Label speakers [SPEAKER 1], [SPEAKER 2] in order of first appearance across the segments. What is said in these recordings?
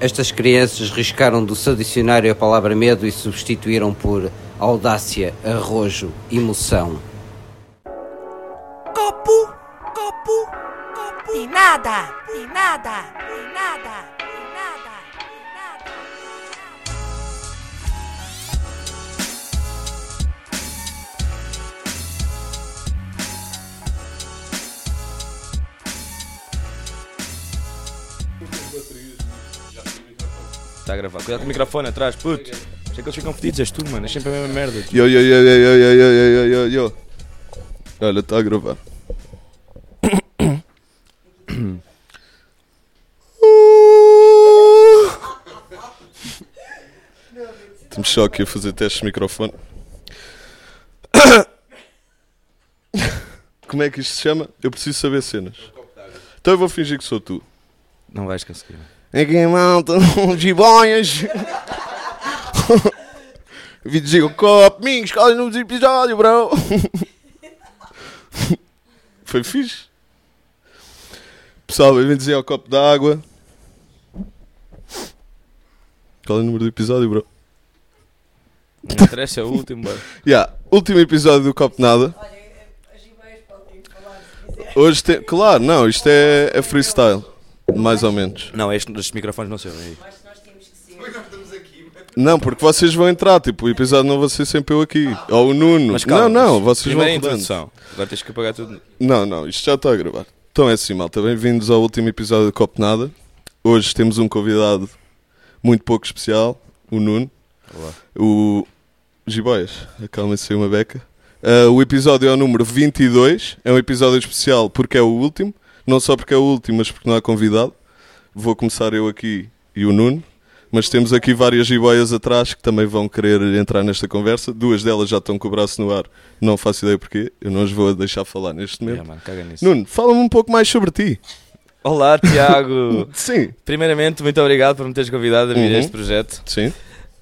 [SPEAKER 1] Estas crianças riscaram do seu dicionário a palavra medo e substituíram por audácia, arrojo, emoção.
[SPEAKER 2] Copo, copo, copo. E nada, e nada, e nada, e nada, e nada.
[SPEAKER 3] Está a gravar. Cuidado com o microfone atrás, puto. Sei que eles ficam fedidos, és tu, mano. É sempre a mesma merda.
[SPEAKER 4] Yo, yo, yo, yo, yo, yo, yo, yo, yo, yo. Olha, está a gravar. Estamos só aqui a fazer testes de microfone. Como é que isto se chama? Eu preciso saber cenas. Então eu vou fingir que sou tu.
[SPEAKER 3] Não vais conseguir.
[SPEAKER 4] É que malta, gibonhas. Vídeos digam copo, mingos, colhem no episódio, bro. Foi fixe. Pessoal, bem-vindos aí ao copo d'água. Qual é o número do episódio, bro?
[SPEAKER 3] Não interessa, é o último, bora.
[SPEAKER 4] Yeah, último episódio do Copo Nada. Hoje tem. Claro, não, isto é, é freestyle. Mais ou menos.
[SPEAKER 3] Não, este, estes microfones não é servem aí.
[SPEAKER 4] Não, porque vocês vão entrar, tipo, o episódio não vai ser sempre eu aqui. Ou o Nuno.
[SPEAKER 3] Ah. Mas calma,
[SPEAKER 4] não, não,
[SPEAKER 3] mas
[SPEAKER 4] vocês vão
[SPEAKER 3] primeiro a
[SPEAKER 4] rodando.
[SPEAKER 3] introdução. Agora tens que apagar tudo.
[SPEAKER 4] Não, não, isto já está a gravar. Então é assim, malta, bem-vindos ao último episódio do Copo Nada. Hoje temos um convidado muito pouco especial, o Nuno.
[SPEAKER 3] Olá.
[SPEAKER 4] O Giboias, acalma-se aí uma beca. Ah, o episódio é o número 22, é um episódio especial porque é o último. Não só porque é o último, mas porque não há convidado. Vou começar eu aqui e o Nuno. Mas temos aqui várias jiboias atrás que também vão querer entrar nesta conversa. Duas delas já estão com o braço no ar. Não faço ideia porquê. Eu não as vou deixar falar neste momento.
[SPEAKER 3] Yeah, mano, caga nisso.
[SPEAKER 4] Nuno, fala-me um pouco mais sobre ti.
[SPEAKER 3] Olá, Tiago.
[SPEAKER 4] Sim.
[SPEAKER 3] Primeiramente, muito obrigado por me teres convidado a vir a
[SPEAKER 4] Uhum.
[SPEAKER 3] este projeto.
[SPEAKER 4] Sim.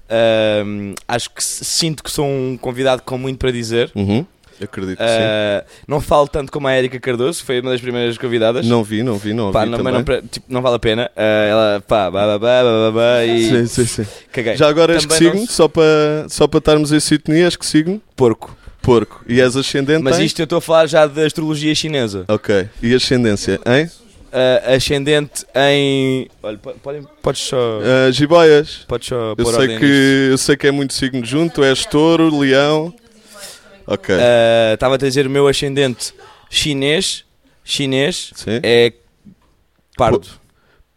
[SPEAKER 3] Ahm, acho que s- sinto que sou um convidado com muito para dizer.
[SPEAKER 4] Uhum. Acredito que
[SPEAKER 3] Ah, não falo tanto como a Érica Cardoso, que foi uma das primeiras convidadas.
[SPEAKER 4] sim. Não vi, não vi, não
[SPEAKER 3] Pá,
[SPEAKER 4] vi
[SPEAKER 3] não, mas
[SPEAKER 4] também.
[SPEAKER 3] não, pre- tipo, não vale a pena. Ah, ela, pá, bá, bá, bá, bá, bá, bá, e
[SPEAKER 4] Sim, sim, sim.
[SPEAKER 3] caguei.
[SPEAKER 4] Já agora és que
[SPEAKER 3] Também
[SPEAKER 4] signo,
[SPEAKER 3] não-
[SPEAKER 4] só para só para estarmos em sintonia, és que signo?
[SPEAKER 3] Porco.
[SPEAKER 4] Porco. E és ascendente
[SPEAKER 3] Mas
[SPEAKER 4] em?
[SPEAKER 3] isto eu estou a falar já da astrologia chinesa.
[SPEAKER 4] Ok. E ascendência, hein?
[SPEAKER 3] Ah, ascendente em. Olha, po- podem, podes só.
[SPEAKER 4] Ah, jiboias.
[SPEAKER 3] Podes só
[SPEAKER 4] Eu
[SPEAKER 3] pôr
[SPEAKER 4] sei,
[SPEAKER 3] ordem
[SPEAKER 4] que,
[SPEAKER 3] nisto.
[SPEAKER 4] eu sei que é muito signo junto, és touro, leão. Ok.
[SPEAKER 3] Ah, Estava a dizer o meu ascendente chinês. Chinês
[SPEAKER 4] Sim.
[SPEAKER 3] é pardo.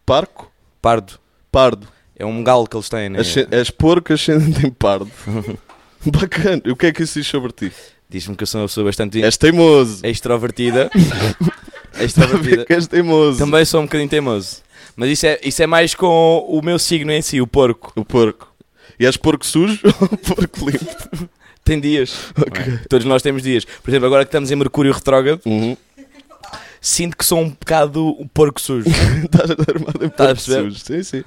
[SPEAKER 4] Parco?
[SPEAKER 3] Pardo.
[SPEAKER 4] Pardo.
[SPEAKER 3] É um galo que eles têm, né?
[SPEAKER 4] Asce- És porco, ascendente em pardo. Bacana. O que é que isso diz sobre ti?
[SPEAKER 3] Diz-me que eu sou uma pessoa bastante
[SPEAKER 4] És
[SPEAKER 3] É
[SPEAKER 4] teimoso.
[SPEAKER 3] extrovertida.
[SPEAKER 4] Está a ver
[SPEAKER 3] extrovertida.
[SPEAKER 4] que és teimoso.
[SPEAKER 3] Também sou um bocadinho teimoso. Mas isso é, isso é mais com o meu signo em si, o porco.
[SPEAKER 4] O porco. E és porco sujo ou porco limpo?
[SPEAKER 3] Tem dias. não é? Todos nós temos dias. Por exemplo, agora que estamos em Mercúrio Retrógrado,
[SPEAKER 4] Uhum.
[SPEAKER 3] sinto que sou um bocado o porco sujo.
[SPEAKER 4] Estás Tá armado em
[SPEAKER 3] Estás Tá a
[SPEAKER 4] porco
[SPEAKER 3] perceber?
[SPEAKER 4] sujo. Sim, sim.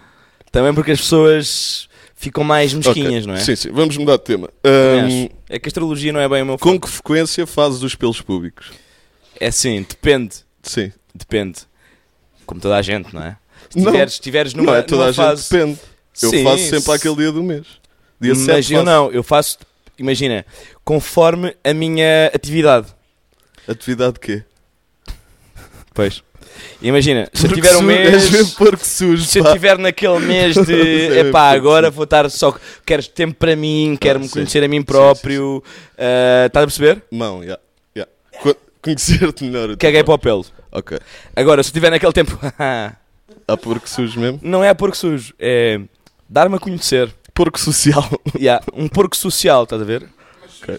[SPEAKER 3] Também porque as pessoas ficam mais mesquinhas,
[SPEAKER 4] Ok.
[SPEAKER 3] não é?
[SPEAKER 4] Sim, sim. Vamos mudar de tema.
[SPEAKER 3] Também
[SPEAKER 4] Ahm,
[SPEAKER 3] acho. É que a astrologia não é bem o meu
[SPEAKER 4] com
[SPEAKER 3] foco.
[SPEAKER 4] que frequência fazes os pelos públicos?
[SPEAKER 3] É assim, depende.
[SPEAKER 4] Sim.
[SPEAKER 3] Depende. Como toda a gente, não é? Se
[SPEAKER 4] Não.
[SPEAKER 3] tiveres, tiveres numa,
[SPEAKER 4] não é toda
[SPEAKER 3] numa
[SPEAKER 4] a
[SPEAKER 3] fase...
[SPEAKER 4] gente depende. Eu
[SPEAKER 3] Sim,
[SPEAKER 4] faço sempre
[SPEAKER 3] se-
[SPEAKER 4] àquele dia do mês. Dia 7
[SPEAKER 3] Mas eu
[SPEAKER 4] faço
[SPEAKER 3] não, eu faço, imagina, conforme a minha atividade.
[SPEAKER 4] Atividade de quê?
[SPEAKER 3] Pois. Imagina, se eu
[SPEAKER 4] Porco
[SPEAKER 3] tiver um
[SPEAKER 4] sujo,
[SPEAKER 3] mês...
[SPEAKER 4] És mesmo porco sujo.
[SPEAKER 3] Se eu
[SPEAKER 4] pá.
[SPEAKER 3] estiver naquele mês de
[SPEAKER 4] Sim,
[SPEAKER 3] epá,
[SPEAKER 4] sim. Ah,
[SPEAKER 3] agora vou estar só. Quero tempo para mim, quero me
[SPEAKER 4] sim.
[SPEAKER 3] conhecer a mim próprio. ah, Estás a perceber?
[SPEAKER 4] Mão, já. já. Co- Conhecer-te melhor.
[SPEAKER 3] Caguei para o pelo.
[SPEAKER 4] Ok.
[SPEAKER 3] Agora, se eu estiver naquele tempo,
[SPEAKER 4] Há porco sujo mesmo?
[SPEAKER 3] não é porco sujo, é dar-me a conhecer.
[SPEAKER 4] Porco social.
[SPEAKER 3] Yeah, um porco social, estás a ver?
[SPEAKER 4] Ok.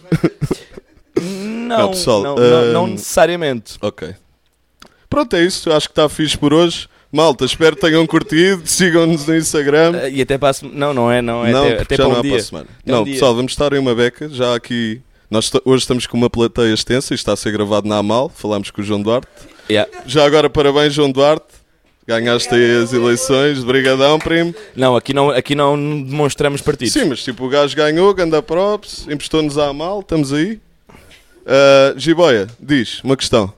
[SPEAKER 3] Não, não,
[SPEAKER 4] Não, pessoal,
[SPEAKER 3] não, não,
[SPEAKER 4] hum,
[SPEAKER 3] necessariamente.
[SPEAKER 4] Ok. Pronto, é isso. Acho que está fixe por hoje. Malta, espero que tenham curtido. Sigam-nos no Instagram.
[SPEAKER 3] Ah, e até passo. Não, não é, não é.
[SPEAKER 4] não,
[SPEAKER 3] até
[SPEAKER 4] porque
[SPEAKER 3] até
[SPEAKER 4] já
[SPEAKER 3] para
[SPEAKER 4] não
[SPEAKER 3] um
[SPEAKER 4] há
[SPEAKER 3] dia.
[SPEAKER 4] para a semana.
[SPEAKER 3] Até
[SPEAKER 4] não,
[SPEAKER 3] um dia.
[SPEAKER 4] pessoal, vamos estar em uma beca, já aqui. Nós t- hoje estamos com uma plateia extensa, isto está a ser gravado na Amal, falámos com o João Duarte.
[SPEAKER 3] Yeah.
[SPEAKER 4] Já agora, parabéns, João Duarte. Ganhaste aí as eleições, brigadão, primo.
[SPEAKER 3] Não, aqui não, aqui não demonstramos partidos.
[SPEAKER 4] Sim, mas tipo, o gajo ganhou, ganda props, emprestou-nos a Amal, estamos aí. Ah, Jiboia, diz, uma questão.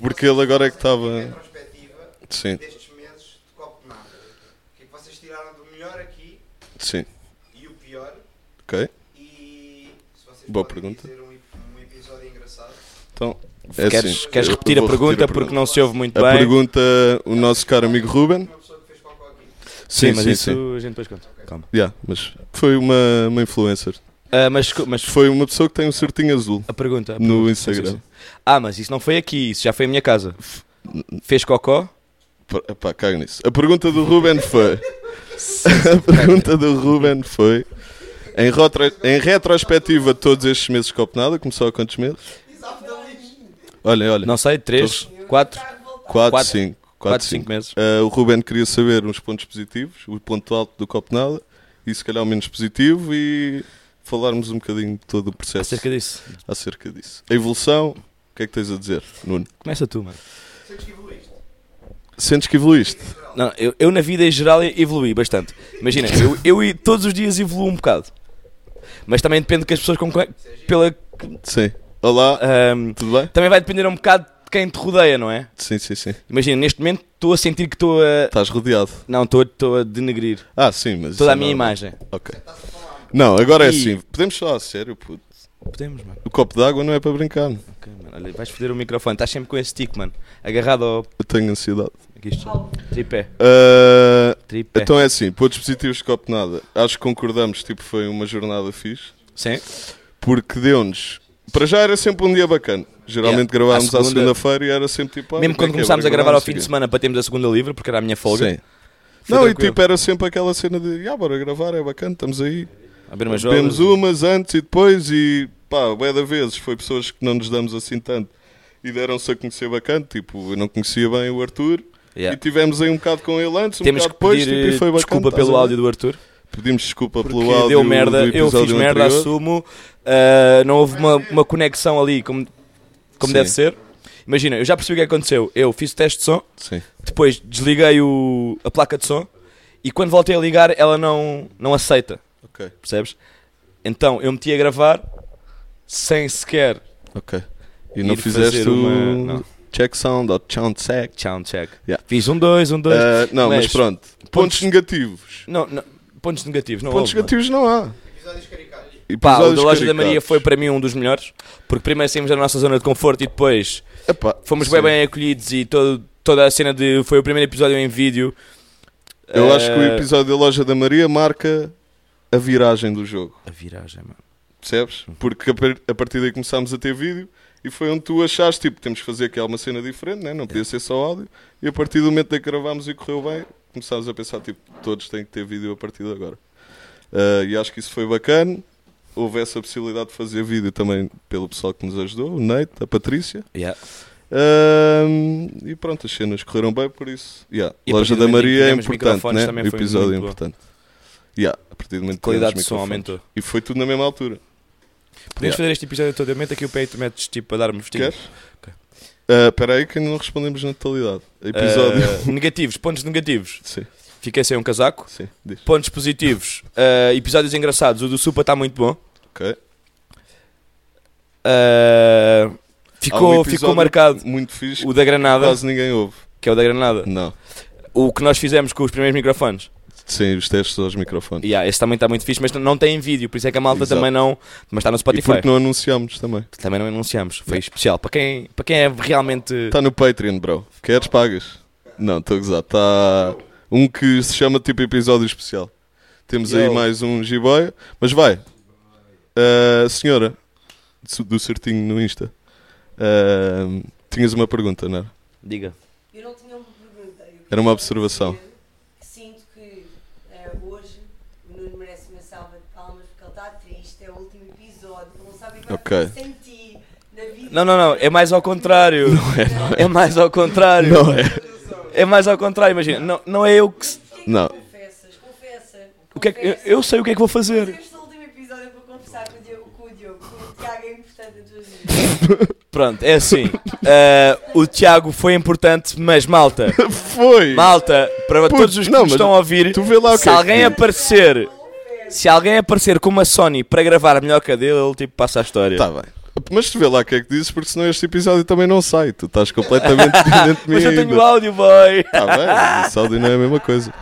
[SPEAKER 4] Porque ele agora é que estava... Sim.
[SPEAKER 5] destes meses de copo é tiraram do melhor aqui
[SPEAKER 4] Sim,
[SPEAKER 5] e o pior.
[SPEAKER 4] ok.
[SPEAKER 5] E se vocês
[SPEAKER 4] Boa
[SPEAKER 5] podem
[SPEAKER 4] pergunta.
[SPEAKER 5] dizer um, ep- um episódio engraçado.
[SPEAKER 4] Então, é
[SPEAKER 3] queres
[SPEAKER 4] assim,
[SPEAKER 3] queres
[SPEAKER 4] eu
[SPEAKER 3] repetir a
[SPEAKER 4] vou
[SPEAKER 3] pergunta
[SPEAKER 4] repetir
[SPEAKER 3] porque não se ouve muito
[SPEAKER 4] A
[SPEAKER 3] bem?
[SPEAKER 4] pergunta, o nosso caro amigo Ruben.
[SPEAKER 5] Uma pessoa que fez cocó aqui.
[SPEAKER 3] Sim, mas
[SPEAKER 4] sim,
[SPEAKER 3] isso
[SPEAKER 4] sim.
[SPEAKER 3] a gente depois conta. Calma.
[SPEAKER 4] Yeah, mas foi uma, uma influencer.
[SPEAKER 3] Ah, mas, co- mas
[SPEAKER 4] Foi uma pessoa que tem um certinho azul.
[SPEAKER 3] a pergunta. a
[SPEAKER 4] No
[SPEAKER 3] pergunta,
[SPEAKER 4] Instagram.
[SPEAKER 3] sim, sim, sim. Ah, mas isso não foi aqui, isso já foi a minha casa. Fez cocó?
[SPEAKER 4] Pá, Epá, caga nisso. A pergunta do Ruben foi. A pergunta do Ruben foi. Em, retro, em retrospectiva, todos estes meses de Copenhague, começou há quantos meses? Olha, olha.
[SPEAKER 3] Não sei, 3, 4,
[SPEAKER 4] 4,
[SPEAKER 3] quatro.
[SPEAKER 4] 5.
[SPEAKER 3] 4, 5 meses.
[SPEAKER 4] Ah, o Ruben queria saber uns pontos positivos, o ponto alto do Copenhague e se calhar o menos positivo e falarmos um bocadinho de todo o processo
[SPEAKER 3] Acerca disso.
[SPEAKER 4] acerca disso. A evolução, o que é que tens a dizer, Nuno?
[SPEAKER 3] Começa tu, mano.
[SPEAKER 4] Sentes que evoluíste?
[SPEAKER 3] Não, eu, eu na vida em geral evolui bastante. Imagina, eu, eu e- todos os dias evoluo um bocado. Mas também depende do que as pessoas com que- pela,
[SPEAKER 4] Sim. Olá, eh,
[SPEAKER 3] ahm,
[SPEAKER 4] tudo bem?
[SPEAKER 3] Também vai depender um bocado de quem te rodeia, não é?
[SPEAKER 4] Sim, sim, sim.
[SPEAKER 3] Imagina, neste momento estou a sentir que estou a.
[SPEAKER 4] Estás rodeado.
[SPEAKER 3] Não, estou a- estou a denegrir
[SPEAKER 4] Ah, sim, mas. isso
[SPEAKER 3] toda
[SPEAKER 4] é
[SPEAKER 3] a minha
[SPEAKER 4] normal.
[SPEAKER 3] imagem.
[SPEAKER 4] Ok. Não, agora é
[SPEAKER 3] E-
[SPEAKER 4] assim. Podemos falar a sério, puto.
[SPEAKER 3] Podemos, mano.
[SPEAKER 4] O copo d'água não é para brincar. Eu
[SPEAKER 3] Ok, mano. Olha, vais foder o microfone, estás sempre com esse stick, mano. Agarrado ao.
[SPEAKER 4] tenho ansiedade.
[SPEAKER 3] Aqui isto. Tipo, é. Tripé,
[SPEAKER 4] Ah,
[SPEAKER 3] tripé.
[SPEAKER 4] então é assim, pontos positivos de Copenhague. Acho que concordamos, tipo, foi uma jornada fixe.
[SPEAKER 3] Sim?
[SPEAKER 4] Porque deu-nos. Para já era sempre um dia bacana. Geralmente
[SPEAKER 3] Yeah.
[SPEAKER 4] gravávamos
[SPEAKER 3] À
[SPEAKER 4] à
[SPEAKER 3] segunda-
[SPEAKER 4] segunda-feira e era sempre tipo. ah,
[SPEAKER 3] Mesmo
[SPEAKER 4] como é
[SPEAKER 3] quando
[SPEAKER 4] que é?
[SPEAKER 3] começámos a
[SPEAKER 4] Bora
[SPEAKER 3] gravar ao
[SPEAKER 4] não
[SPEAKER 3] fim
[SPEAKER 4] sei
[SPEAKER 3] de
[SPEAKER 4] quê.
[SPEAKER 3] semana para termos a segunda livre, porque era a minha folga.
[SPEAKER 4] Sim. Não, e
[SPEAKER 3] tranquilo.
[SPEAKER 4] tipo, era sempre aquela cena de. Ah, bora gravar, é bacana, estamos aí.
[SPEAKER 3] A ver umas jogas.
[SPEAKER 4] Bebemos umas antes e depois e pá, bué da vezes foi pessoas que não nos damos assim tanto e deram-se a conhecer bacana, tipo, eu não conhecia bem o Arthur
[SPEAKER 3] Yeah.
[SPEAKER 4] e tivemos aí um bocado com ele antes, um
[SPEAKER 3] Temos que
[SPEAKER 4] bocado depois,
[SPEAKER 3] pedir
[SPEAKER 4] tipo, e foi
[SPEAKER 3] eh,
[SPEAKER 4] bacana.
[SPEAKER 3] desculpa
[SPEAKER 4] estás
[SPEAKER 3] pelo
[SPEAKER 4] a ver?
[SPEAKER 3] áudio do Arthur.
[SPEAKER 4] Pedimos desculpa
[SPEAKER 3] Porque
[SPEAKER 4] pelo áudio
[SPEAKER 3] deu merda,
[SPEAKER 4] do
[SPEAKER 3] eu fiz
[SPEAKER 4] episódio
[SPEAKER 3] merda,
[SPEAKER 4] anterior.
[SPEAKER 3] assumo. ah, não houve uma, uma conexão ali como, como
[SPEAKER 4] Sim.
[SPEAKER 3] deve ser. Imagina, eu já percebi o que aconteceu. Eu fiz o teste de som,
[SPEAKER 4] Sim.
[SPEAKER 3] depois desliguei o, a placa de som e quando voltei a ligar ela não, não aceita,
[SPEAKER 4] Ok,
[SPEAKER 3] percebes? Então eu meti a gravar sem sequer
[SPEAKER 4] ok. E não
[SPEAKER 3] Ir
[SPEAKER 4] fizeste
[SPEAKER 3] fazer
[SPEAKER 4] o
[SPEAKER 3] uma- não.
[SPEAKER 4] check sound ou sound sack.
[SPEAKER 3] sound check.
[SPEAKER 4] Yeah.
[SPEAKER 3] Fiz um, dois, um, dois.
[SPEAKER 4] Ah, não, mas,
[SPEAKER 3] mas-
[SPEAKER 4] pronto. Pontos, negativos.
[SPEAKER 3] Não, não, pontos negativos, não
[SPEAKER 4] Pontos
[SPEAKER 3] houve, mano.
[SPEAKER 4] negativos não há.
[SPEAKER 5] Episódios caricados.
[SPEAKER 3] Pá, o
[SPEAKER 4] Episódios
[SPEAKER 3] da loja da Maria
[SPEAKER 4] caricatos.
[SPEAKER 3] foi para mim um dos melhores, porque primeiro saímos da nossa zona de conforto e depois
[SPEAKER 4] Epá,
[SPEAKER 3] fomos
[SPEAKER 4] sim.
[SPEAKER 3] bem bem acolhidos e todo, toda a cena de. Foi o primeiro episódio em vídeo.
[SPEAKER 4] Eu acho que o
[SPEAKER 3] Eh,
[SPEAKER 4] episódio da Loja da Maria marca a viragem do jogo,
[SPEAKER 3] A viragem, mano.
[SPEAKER 4] percebes? Porque a, par- a partir daí começámos a ter vídeo e foi onde tu achaste, tipo, temos que fazer aqui alguma cena diferente, né? não podia ser só áudio. E a partir do momento em que gravámos e correu bem, começámos a pensar, tipo, todos têm que ter vídeo a partir de agora. Ah, e acho que isso foi bacana. Houve essa possibilidade de fazer vídeo também pelo pessoal que nos ajudou, o Nate, a Patrícia.
[SPEAKER 3] Yeah.
[SPEAKER 4] Ahm, e pronto, as cenas correram bem, por isso. Yeah.
[SPEAKER 3] E a
[SPEAKER 4] Loja
[SPEAKER 3] partir do
[SPEAKER 4] da
[SPEAKER 3] momento em que
[SPEAKER 4] Maria é
[SPEAKER 3] tivemos
[SPEAKER 4] importante,
[SPEAKER 3] microfones
[SPEAKER 4] né?
[SPEAKER 3] também
[SPEAKER 4] O
[SPEAKER 3] foi
[SPEAKER 4] episódio é
[SPEAKER 3] muito bom.
[SPEAKER 4] importante. Yeah, a partir do momento
[SPEAKER 3] A qualidade do
[SPEAKER 4] que tivemos
[SPEAKER 3] som
[SPEAKER 4] microfones.
[SPEAKER 3] aumentou.
[SPEAKER 4] E foi tudo na mesma altura.
[SPEAKER 3] Podemos
[SPEAKER 4] Yeah.
[SPEAKER 3] fazer este episódio todo. Eu meto aqui o peito, metes tipo a dar-me vestinho.
[SPEAKER 4] Queres? Ah, Espera aí que ainda não respondemos na totalidade. Episódio.
[SPEAKER 3] Eh, negativos, pontos negativos.
[SPEAKER 4] Sim,
[SPEAKER 3] Fiquei sem um casaco.
[SPEAKER 4] sim, diz.
[SPEAKER 3] Pontos positivos. eh, episódios engraçados. O do Supa está muito bom.
[SPEAKER 4] Ok.
[SPEAKER 3] Eh,
[SPEAKER 4] Há um
[SPEAKER 3] ficou,
[SPEAKER 4] episódio
[SPEAKER 3] ficou marcado
[SPEAKER 4] Muito fixe,
[SPEAKER 3] o da Granada,
[SPEAKER 4] quase ninguém ouve.
[SPEAKER 3] que é o da Granada.
[SPEAKER 4] Não.
[SPEAKER 3] O que nós fizemos com os primeiros microfones.
[SPEAKER 4] Sim, os testes aos microfones.
[SPEAKER 3] Yeah, esse também está muito fixe, mas não tem vídeo, por isso é que a malta
[SPEAKER 4] Exato.
[SPEAKER 3] também não. Mas está no
[SPEAKER 4] E
[SPEAKER 3] Spotify.
[SPEAKER 4] porque não anunciámos também.
[SPEAKER 3] Também não anunciamos. Foi especial. Para quem, para quem é realmente.
[SPEAKER 4] Está Tá no Patreon, bro. Queres, pagas. Não, estou a gozar. Está um que se chama tipo episódio especial. Temos aí
[SPEAKER 3] Yo.
[SPEAKER 4] mais um jiboia. Mas vai. Ah, senhora, do- do certinho no Insta. Ah, tinhas uma pergunta, não era?
[SPEAKER 3] Diga.
[SPEAKER 6] Eu não tinha uma pergunta. Eu
[SPEAKER 4] Era uma
[SPEAKER 6] queria
[SPEAKER 4] observação.
[SPEAKER 6] dizer que Sinto que eh, hoje o Nuno merece uma salva de palmas porque ele está triste. É o último episódio. Ele não sabe o que vai
[SPEAKER 4] Ok.
[SPEAKER 6] fazer sem ti na vida.
[SPEAKER 3] Não, não, não. É mais ao contrário. Não é, não é. mais ao contrário.
[SPEAKER 4] Não é?
[SPEAKER 3] É mais ao contrário, imagina. Não, não é eu que. se-
[SPEAKER 6] O que é que
[SPEAKER 4] Não.
[SPEAKER 6] tu confessas? Confessa.
[SPEAKER 3] O que é que- eu, eu sei o que é que vou fazer.
[SPEAKER 6] Este último episódio eu vou confessar com o Diogo, com o, Diogo, com o Tiago é importante na tua vida.
[SPEAKER 3] Pronto, é assim. Ah, o Tiago foi importante, mas malta.
[SPEAKER 4] Foi!
[SPEAKER 3] Malta, para
[SPEAKER 4] Puto,
[SPEAKER 3] todos os que
[SPEAKER 4] não,
[SPEAKER 3] nos
[SPEAKER 4] mas
[SPEAKER 3] estão a ouvir,
[SPEAKER 4] tu vê lá o
[SPEAKER 3] se
[SPEAKER 4] que é que
[SPEAKER 3] alguém
[SPEAKER 4] diz.
[SPEAKER 3] aparecer. Se alguém aparecer com uma Sony para gravar melhor que a dele, ele tipo passa a história.
[SPEAKER 4] Está Tá bem. Mas tu vê lá o que é que dizes, porque senão este episódio também não sai. Tu estás completamente dependente de mim.
[SPEAKER 3] Mas eu tenho
[SPEAKER 4] ainda.
[SPEAKER 3] áudio, boy.
[SPEAKER 4] Tá bem, mas o áudio não é a mesma coisa.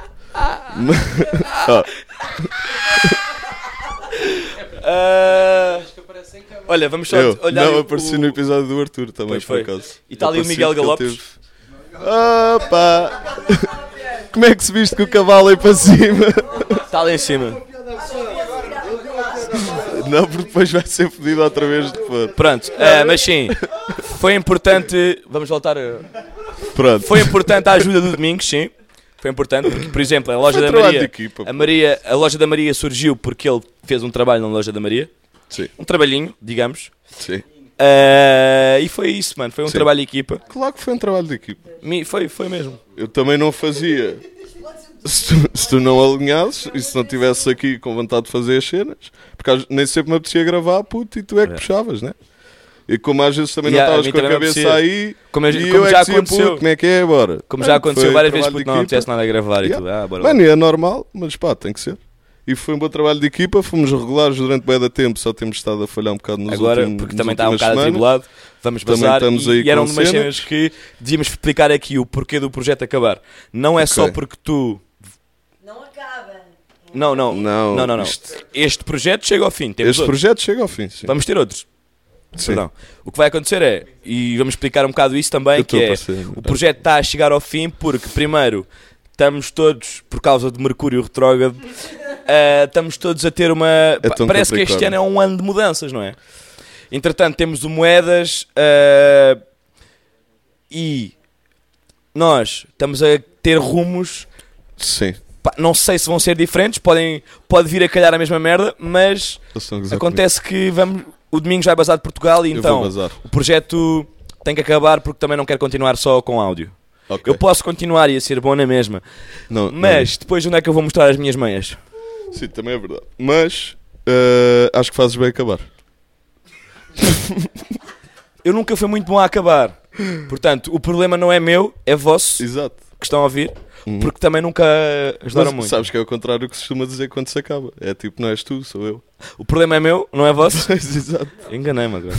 [SPEAKER 3] Ah,
[SPEAKER 5] Acho que aparece em câmera.
[SPEAKER 3] olha, vamos só
[SPEAKER 4] Eu.
[SPEAKER 3] olhar.
[SPEAKER 4] Não,
[SPEAKER 3] o-
[SPEAKER 4] apareci no episódio do Arthur também,
[SPEAKER 3] Pois
[SPEAKER 4] por
[SPEAKER 3] foi.
[SPEAKER 4] acaso.
[SPEAKER 3] E tá ali o
[SPEAKER 4] Apareci
[SPEAKER 3] Miguel
[SPEAKER 4] porque ele
[SPEAKER 3] Galopes.
[SPEAKER 4] teve- Opa! Como é que se viste com o cavalo aí para cima?
[SPEAKER 3] Está tá lá em cima.
[SPEAKER 4] Não, porque depois vai ser pedido outra vez de foto.
[SPEAKER 3] Pronto, ah, mas sim, foi importante. Vamos voltar. a-
[SPEAKER 4] Pronto.
[SPEAKER 3] Foi importante a ajuda do Domingos, sim. Foi importante, porque, por exemplo, a loja
[SPEAKER 4] Foi
[SPEAKER 3] da
[SPEAKER 4] trabalho
[SPEAKER 3] Maria,
[SPEAKER 4] de equipa,
[SPEAKER 3] a Maria. A loja da Maria surgiu porque ele fez um trabalho na loja da Maria.
[SPEAKER 4] Sim.
[SPEAKER 3] Um trabalhinho, digamos.
[SPEAKER 4] Sim.
[SPEAKER 3] Ah, e foi isso, mano. Foi um
[SPEAKER 4] Sim.
[SPEAKER 3] trabalho de equipa.
[SPEAKER 4] Claro que foi um trabalho de equipa.
[SPEAKER 3] Mi- Foi, foi mesmo.
[SPEAKER 4] Eu também não fazia. Se tu, se tu não alinhasses e se não estivesse aqui com vontade de fazer as cenas, porque às- nem sempre me apetecia gravar, puto, e tu é que puxavas, né? E como às vezes também
[SPEAKER 3] Yeah, a
[SPEAKER 4] não
[SPEAKER 3] mim
[SPEAKER 4] estavas com a
[SPEAKER 3] também me
[SPEAKER 4] cabeça
[SPEAKER 3] apetecia.
[SPEAKER 4] aí,
[SPEAKER 3] Como eu-
[SPEAKER 4] e
[SPEAKER 3] como
[SPEAKER 4] eu é
[SPEAKER 3] já
[SPEAKER 4] que dizia,
[SPEAKER 3] aconteceu.
[SPEAKER 4] puto, como é que é agora?
[SPEAKER 3] Como já aconteceu
[SPEAKER 4] Foi
[SPEAKER 3] várias vezes,
[SPEAKER 4] trabalho
[SPEAKER 3] porque
[SPEAKER 4] de
[SPEAKER 3] não, não
[SPEAKER 4] equipa.
[SPEAKER 3] tivesse nada a gravar e
[SPEAKER 4] Yeah.
[SPEAKER 3] tudo. Ah, bora lá.
[SPEAKER 4] Mano, e é normal, mas pá, tem que ser. E foi um bom trabalho de equipa, fomos regulares durante bem da tempo, só temos estado a falhar um bocado nos
[SPEAKER 3] Agora,
[SPEAKER 4] últimos
[SPEAKER 3] porque
[SPEAKER 4] nas
[SPEAKER 3] também está um
[SPEAKER 4] últimas
[SPEAKER 3] bocado
[SPEAKER 4] semanas.
[SPEAKER 3] atribulado, vamos
[SPEAKER 4] Também
[SPEAKER 3] passar.
[SPEAKER 4] estamos
[SPEAKER 3] E,
[SPEAKER 4] aí
[SPEAKER 3] e eram
[SPEAKER 4] com
[SPEAKER 3] umas
[SPEAKER 4] cenas.
[SPEAKER 3] cenas que devíamos explicar aqui o porquê do projeto acabar. Não é só
[SPEAKER 4] Ok.
[SPEAKER 3] porque tu.
[SPEAKER 6] Não acaba.
[SPEAKER 3] Não, não.
[SPEAKER 4] Não,
[SPEAKER 3] não, não. não.
[SPEAKER 4] isto-
[SPEAKER 3] Este projeto chega ao fim. Temos
[SPEAKER 4] Este
[SPEAKER 3] outro.
[SPEAKER 4] projeto chega ao fim, sim.
[SPEAKER 3] Vamos ter outros.
[SPEAKER 4] Sim.
[SPEAKER 3] Perdão. O que vai acontecer é, e vamos explicar um bocado isso também,
[SPEAKER 4] Eu
[SPEAKER 3] que
[SPEAKER 4] estou a
[SPEAKER 3] é,
[SPEAKER 4] passar.
[SPEAKER 3] o projeto está a chegar ao fim porque, primeiro, estamos todos, por causa de Mercúrio retrógrado, ah, estamos todos a ter uma... pa-
[SPEAKER 4] tão
[SPEAKER 3] parece que este ano
[SPEAKER 4] Capricórnio.
[SPEAKER 3] é um ano de mudanças, não é? Entretanto, temos o Moedas ah, e nós estamos a ter rumos,
[SPEAKER 4] Sim.
[SPEAKER 3] pá, não sei se vão ser diferentes, podem, pode vir a calhar a mesma merda, mas...
[SPEAKER 4] Eles estão a gozar
[SPEAKER 3] Acontece que vamos, o Domingos vai bazar de Portugal e
[SPEAKER 4] comigo. Eu
[SPEAKER 3] então
[SPEAKER 4] vou bazar.
[SPEAKER 3] o projeto tem que acabar porque também não quero continuar só com áudio.
[SPEAKER 4] Ok.
[SPEAKER 3] Eu posso continuar e a ser bom na mesma,
[SPEAKER 4] Não, não.
[SPEAKER 3] mas depois onde é que eu vou mostrar as minhas meias?
[SPEAKER 4] Sim, também é verdade. Mas eh, acho que fazes bem acabar.
[SPEAKER 3] Eu nunca fui muito bom a acabar. Portanto, o problema não é meu, é vosso
[SPEAKER 4] Exato.
[SPEAKER 3] que estão a ouvir,
[SPEAKER 4] Uhum.
[SPEAKER 3] porque também nunca ajudaram
[SPEAKER 4] Mas
[SPEAKER 3] muito.
[SPEAKER 4] Sabes que é o contrário do que se costuma dizer quando se acaba. É tipo, não és tu, sou eu.
[SPEAKER 3] O problema é meu, não é vosso.
[SPEAKER 4] Pois, Exato.
[SPEAKER 3] Enganei-me agora.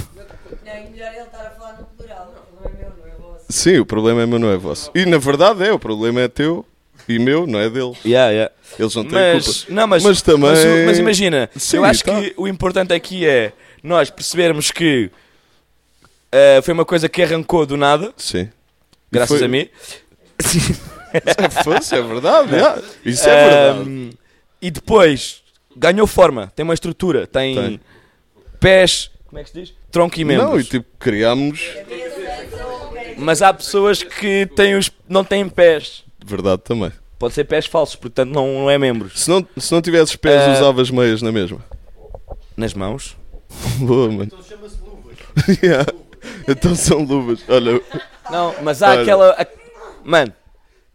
[SPEAKER 6] Não, e melhor ele estar a falar no plural. Não, não é meu, não é vosso.
[SPEAKER 4] Sim, o problema é meu, não é vosso. E na verdade é, o problema é teu e meu, não é dele.
[SPEAKER 3] Yeah, yeah.
[SPEAKER 4] Eles não têm
[SPEAKER 3] Mas,
[SPEAKER 4] culpa.
[SPEAKER 3] não, mas,
[SPEAKER 4] Mas também-
[SPEAKER 3] Mas, o- mas imagina,
[SPEAKER 4] Sim,
[SPEAKER 3] eu acho
[SPEAKER 4] tá.
[SPEAKER 3] que o importante aqui é nós percebermos que eh, foi uma coisa que arrancou do nada,
[SPEAKER 4] Sim.
[SPEAKER 3] graças
[SPEAKER 4] foi-
[SPEAKER 3] a mim.
[SPEAKER 4] Fosse, é verdade. yeah. Isso é verdade.
[SPEAKER 3] Ahm, Ehm, e depois ganhou forma, tem uma estrutura, tem,
[SPEAKER 4] Tem.
[SPEAKER 3] pés, como é que se diz? Tronco e membros.
[SPEAKER 4] Não, e tipo, criámos.
[SPEAKER 3] Mas há pessoas que têm os, não têm pés.
[SPEAKER 4] Verdade também.
[SPEAKER 3] Pode ser pés falsos, portanto não, não é membros.
[SPEAKER 4] Se não, se não tivesses pés,
[SPEAKER 3] Eh,
[SPEAKER 4] usavas meias na mesma.
[SPEAKER 3] Nas mãos.
[SPEAKER 4] Boa, mano. Então chama-se luvas. yeah. Então são luvas. Olha,
[SPEAKER 3] Não, mas há
[SPEAKER 4] Olha.
[SPEAKER 3] aquela. a- Mano,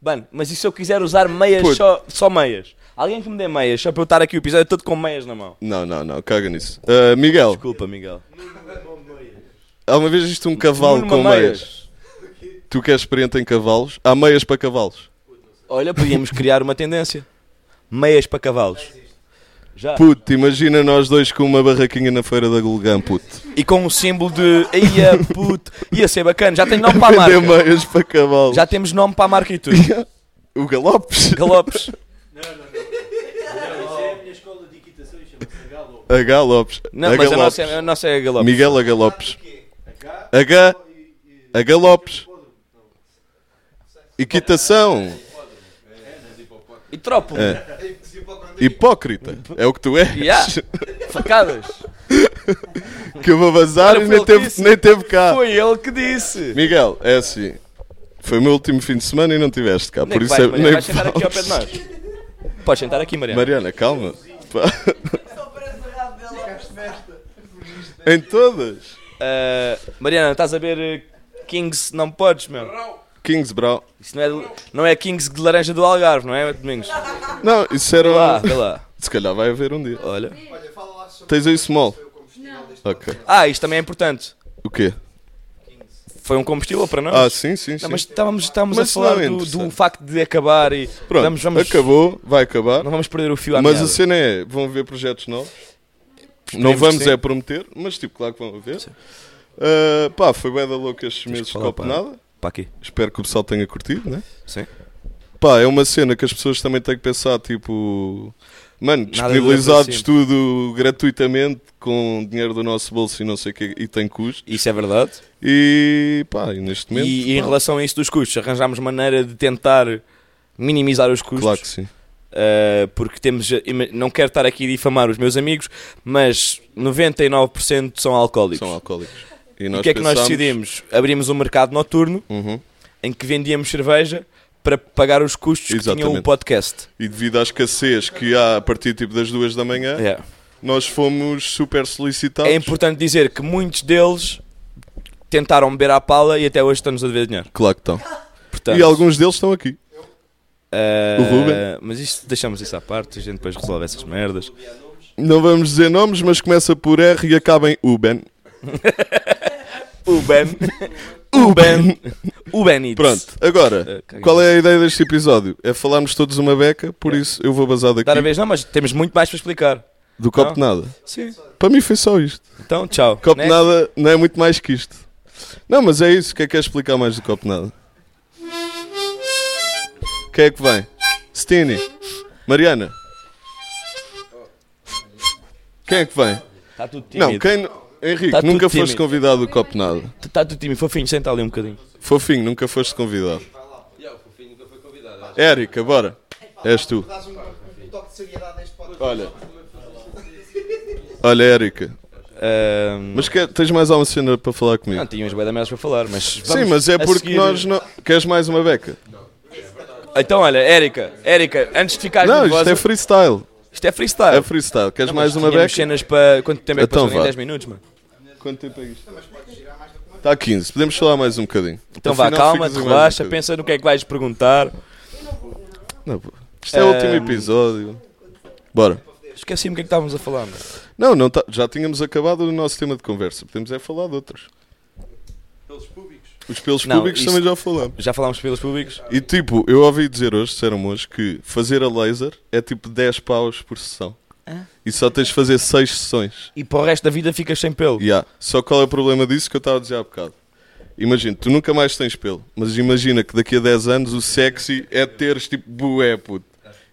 [SPEAKER 3] mano, mas e se eu quiser usar meias
[SPEAKER 4] Puto.
[SPEAKER 3] só, só meias? Alguém que me dê meias, só para eu estar aqui o episódio todo com meias na mão.
[SPEAKER 4] Não, não, não, caga nisso. Ah, Miguel,
[SPEAKER 3] Desculpa, Miguel.
[SPEAKER 4] há uma vez visto um cavalo
[SPEAKER 3] Numa
[SPEAKER 4] com meias. Tu que és experiente em cavalos, há meias para cavalos.
[SPEAKER 3] Olha, podíamos criar uma tendência. Meias para cavalos. Já.
[SPEAKER 4] Puto, imagina nós dois com uma barraquinha na feira da Gulgã, puto.
[SPEAKER 3] E com um símbolo de. Eia, puto. Ia ser bacana, já tem nome para a
[SPEAKER 4] Vender
[SPEAKER 3] marca.
[SPEAKER 4] meias para cavalos.
[SPEAKER 3] Já temos nome para a marca e tudo.
[SPEAKER 4] O Galopes.
[SPEAKER 3] Galopes.
[SPEAKER 4] A Galopes.
[SPEAKER 3] Não,
[SPEAKER 4] a
[SPEAKER 3] mas a
[SPEAKER 4] Galopes.
[SPEAKER 3] nossa, é- a nossa é a Galopes.
[SPEAKER 4] Miguel a Galopes. H. A Galopes. Equitação.
[SPEAKER 3] E trópolo.
[SPEAKER 4] É. Hipócrita. É o que tu és.
[SPEAKER 3] Yeah. Facadas.
[SPEAKER 4] Que eu vou bazar
[SPEAKER 3] Olha,
[SPEAKER 4] e
[SPEAKER 3] foi
[SPEAKER 4] nem
[SPEAKER 3] ele que disse.
[SPEAKER 4] teve, nem teve cá.
[SPEAKER 3] Foi ele que disse.
[SPEAKER 4] Miguel, é assim. Foi o meu último fim de semana e não tiveste cá.
[SPEAKER 3] Onde é
[SPEAKER 4] por
[SPEAKER 3] que
[SPEAKER 4] isso
[SPEAKER 3] vais,
[SPEAKER 4] é,
[SPEAKER 3] Mariana?
[SPEAKER 4] nem
[SPEAKER 3] Vais sentar aqui ao pé de nós. Podes sentar aqui, Mariana.
[SPEAKER 4] Mariana, calma. Pá.
[SPEAKER 6] Só para barrar dela.
[SPEAKER 4] em todas.
[SPEAKER 3] Ah, Mariana, estás a ver eh, Kings não podes, meu.
[SPEAKER 4] Kings, bro.
[SPEAKER 3] Isso não é, não é Kings de laranja do Algarve, não é, Domingos?
[SPEAKER 4] Não, isso era.
[SPEAKER 3] Lá, vê lá.
[SPEAKER 4] Se calhar vai haver um dia.
[SPEAKER 3] Olha.
[SPEAKER 5] Olha, fala lá sobre
[SPEAKER 4] Tens aí small.
[SPEAKER 5] o combustível deste
[SPEAKER 4] Ok.
[SPEAKER 3] Ah, isto também é importante.
[SPEAKER 4] O quê?
[SPEAKER 3] Foi um combustível para nós.
[SPEAKER 4] Ah, sim, sim, sim.
[SPEAKER 3] Não, mas estávamos, estávamos
[SPEAKER 4] Mas
[SPEAKER 3] a
[SPEAKER 4] não
[SPEAKER 3] falar
[SPEAKER 4] é
[SPEAKER 3] do,
[SPEAKER 4] interessante.
[SPEAKER 3] do facto de acabar e
[SPEAKER 4] Pronto,
[SPEAKER 3] vamos, vamos,
[SPEAKER 4] acabou, vai acabar.
[SPEAKER 3] não vamos perder o fio à
[SPEAKER 4] mas a
[SPEAKER 3] meada.
[SPEAKER 4] cena é: vão haver projetos novos. Não
[SPEAKER 3] que
[SPEAKER 4] vamos
[SPEAKER 3] sim.
[SPEAKER 4] é prometer, mas tipo, claro que vão haver. Ah, pá, foi bué da louca estes meses de
[SPEAKER 3] falar, pá.
[SPEAKER 4] Copenhaga.
[SPEAKER 3] Para aqui.
[SPEAKER 4] Espero que o pessoal tenha curtido, né?
[SPEAKER 3] Sim.
[SPEAKER 4] Pá, é uma cena que as pessoas também têm que pensar, tipo... Mano,
[SPEAKER 3] Nada dura para
[SPEAKER 4] disponibilizados
[SPEAKER 3] sempre.
[SPEAKER 4] tudo gratuitamente, com dinheiro do nosso bolso e não sei o quê, e tem custo.
[SPEAKER 3] Isso é verdade.
[SPEAKER 4] E pá, e neste momento...
[SPEAKER 3] E, e em
[SPEAKER 4] pá,
[SPEAKER 3] relação a isso dos custos, arranjámos maneira de tentar minimizar os custos.
[SPEAKER 4] Claro que sim.
[SPEAKER 3] Uh, porque temos. ima- Não quero estar aqui a difamar os meus amigos, mas 99% são alcoólicos.
[SPEAKER 4] São alcoólicos. E
[SPEAKER 3] o que é que nós
[SPEAKER 4] pensámos-
[SPEAKER 3] decidimos? Abrimos um mercado noturno
[SPEAKER 4] Uhum.
[SPEAKER 3] em que vendíamos cerveja para pagar os custos que tinha o
[SPEAKER 4] Exatamente.
[SPEAKER 3] podcast.
[SPEAKER 4] E devido à escassez que há a partir tipo das duas da manhã,
[SPEAKER 3] Yeah.
[SPEAKER 4] nós fomos super solicitados.
[SPEAKER 3] É importante dizer que muitos deles tentaram beber à pala e até hoje estão-nos a dever dinheiro.
[SPEAKER 4] Claro que estão.
[SPEAKER 3] Portanto,
[SPEAKER 4] E alguns deles estão aqui.
[SPEAKER 3] uh,
[SPEAKER 4] O Ruben?
[SPEAKER 3] Mas isto, deixamos isso à parte, a gente depois resolve essas merdas.
[SPEAKER 4] Não vamos dizer nomes, mas começa por R e acaba em Uben.
[SPEAKER 3] O Ben. o Ben. O Ben Eats.
[SPEAKER 4] Pronto, agora,
[SPEAKER 3] Uh,
[SPEAKER 4] qual é a ideia deste episódio? É falarmos todos uma beca, por isso eu vou basar daqui
[SPEAKER 3] É. Dar a vez, não, mas temos muito mais para explicar.
[SPEAKER 4] do copo de nada.
[SPEAKER 3] Sim.
[SPEAKER 4] Para mim foi só isto.
[SPEAKER 3] Então, tchau.
[SPEAKER 4] Copo
[SPEAKER 3] Né?
[SPEAKER 4] de nada não é muito mais que isto. Não, mas é isso. O que é que queres explicar mais do copo de nada? Quem é que vem? Stini. Mariana. Quem é que vem?
[SPEAKER 3] Está Tá tudo tímido.
[SPEAKER 4] Não, quem. Henrique,
[SPEAKER 3] Tá tudo
[SPEAKER 4] nunca foste
[SPEAKER 3] tímido.
[SPEAKER 4] convidado do copo de nada.
[SPEAKER 3] Está tudo tímido. Fofinho, senta ali um bocadinho.
[SPEAKER 4] Fofinho, nunca foste convidado. Érica, bora. És tu.
[SPEAKER 5] Dás um, um toque de seriedade neste podcast.
[SPEAKER 4] Olha. Olha, Érica.
[SPEAKER 3] Ahm,
[SPEAKER 4] Mas quer- tens mais alguma cena para falar comigo?
[SPEAKER 3] Ah, Não, tínhamos bem da merda para falar, mas.
[SPEAKER 4] Sim,
[SPEAKER 3] vamos
[SPEAKER 4] mas é
[SPEAKER 3] a
[SPEAKER 4] porque
[SPEAKER 3] seguir.
[SPEAKER 4] nós não. Queres mais uma beca?
[SPEAKER 3] Então, olha, Érica, Érica, antes de ficares
[SPEAKER 4] Não,
[SPEAKER 3] nervosa.
[SPEAKER 4] isto é freestyle.
[SPEAKER 3] isto é freestyle.
[SPEAKER 4] É freestyle. Queres
[SPEAKER 3] Não, mas
[SPEAKER 4] mais uma
[SPEAKER 3] tínhamos
[SPEAKER 4] beca?
[SPEAKER 3] cenas para. Quanto tempo é que
[SPEAKER 4] Então
[SPEAKER 3] passou? Nem
[SPEAKER 4] vá.
[SPEAKER 3] 10 minutos, mano.
[SPEAKER 4] Quanto tempo é isto? Está a 15. Podemos falar mais um bocadinho.
[SPEAKER 3] Então
[SPEAKER 4] Afinal,
[SPEAKER 3] vá, calma, te
[SPEAKER 4] ficas a mais um
[SPEAKER 3] relaxa,
[SPEAKER 4] bocadinho.
[SPEAKER 3] pensa no que é que vais perguntar.
[SPEAKER 4] Não, pô. Isto é o último
[SPEAKER 3] Ahm.
[SPEAKER 4] episódio. Bora.
[SPEAKER 3] Esqueci-me o que é que estávamos a falar, mano.
[SPEAKER 4] Não, não tá- já tínhamos acabado o nosso tema de conversa. Podemos é falar de outros. Os pelos
[SPEAKER 3] Não,
[SPEAKER 4] públicos
[SPEAKER 3] isso-
[SPEAKER 4] também já falamos.
[SPEAKER 3] Já falámos pelos públicos?
[SPEAKER 4] E tipo, eu ouvi dizer hoje, disseram hoje, que fazer a laser é tipo 10 paus por sessão. E só tens de fazer 6 sessões.
[SPEAKER 3] E para o resto da vida ficas sem pelo.
[SPEAKER 4] Ya, Só qual é o problema disso que eu estava a dizer há bocado? Imagina, tu nunca mais tens pelo, mas imagina que daqui a 10 anos o sexy é teres tipo bué, puto.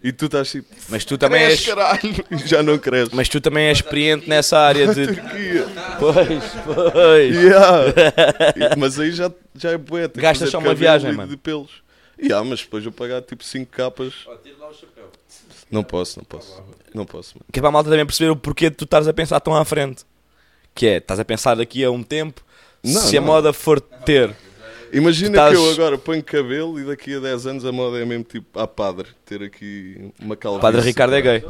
[SPEAKER 4] E tu estás tipo,
[SPEAKER 3] Mas tu também és.
[SPEAKER 4] "Cresce, caralho, e já não cresces.
[SPEAKER 3] Mas tu também és experiente nessa área de.
[SPEAKER 4] Turquia.
[SPEAKER 3] Pois, pois.
[SPEAKER 4] Ya. E- Mas aí já, já é bué. tens que
[SPEAKER 3] Gastas
[SPEAKER 4] fazer
[SPEAKER 3] só uma
[SPEAKER 4] cabelo
[SPEAKER 3] viagem,
[SPEAKER 4] e
[SPEAKER 3] mano.
[SPEAKER 4] De pelos. Ya, mas depois eu pagar tipo 5 capas. Não posso, não posso. Não posso, mano.
[SPEAKER 3] Que é para a malta também perceber o porquê de tu estares a pensar tão à frente. Que é, estás a pensar daqui a um tempo,
[SPEAKER 4] Não,
[SPEAKER 3] se
[SPEAKER 4] não.
[SPEAKER 3] a moda for ter.
[SPEAKER 4] Imagina
[SPEAKER 3] Tu
[SPEAKER 4] que eu
[SPEAKER 3] estás-
[SPEAKER 4] agora ponho cabelo e daqui a 10 anos a moda é mesmo tipo à padre. Ter aqui uma calvície.
[SPEAKER 3] O padre Ricardo é gay.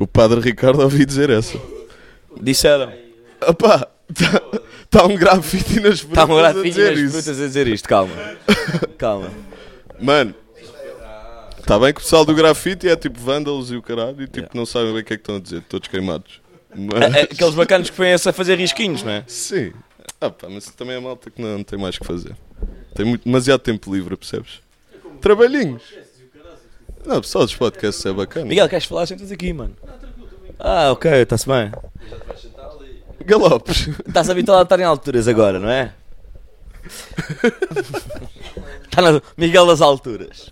[SPEAKER 4] O padre Ricardo ouvi dizer essa.
[SPEAKER 3] Disseram.
[SPEAKER 4] Opá, está tá um grafite nas
[SPEAKER 3] Está
[SPEAKER 4] brutas
[SPEAKER 3] a morar
[SPEAKER 4] a
[SPEAKER 3] Tá, filho
[SPEAKER 4] dizer
[SPEAKER 3] das
[SPEAKER 4] isso.
[SPEAKER 3] frutas a dizer isto, calma. Calma.
[SPEAKER 4] Mano, está bem que o pessoal do grafite é tipo vândalos e o caralho e tipo não sabem bem o que é que estão a dizer, todos queimados. Mas,
[SPEAKER 3] A- É, Aqueles bacanos que põem a fazer risquinhos, não é?
[SPEAKER 4] sim. Ah pá, mas também é malta que não, não tem mais que fazer. Tem muito, demasiado tempo livre, percebes? Trabalhinhos. Não, pessoal dos podcasts é bacana.
[SPEAKER 3] Miguel, queres falar? Sentas aqui, mano. Ah, ok, está-se bem.
[SPEAKER 4] Galopes.
[SPEAKER 3] Estás habituado a estar em alturas agora, não é? Está Tá na Miguel das alturas.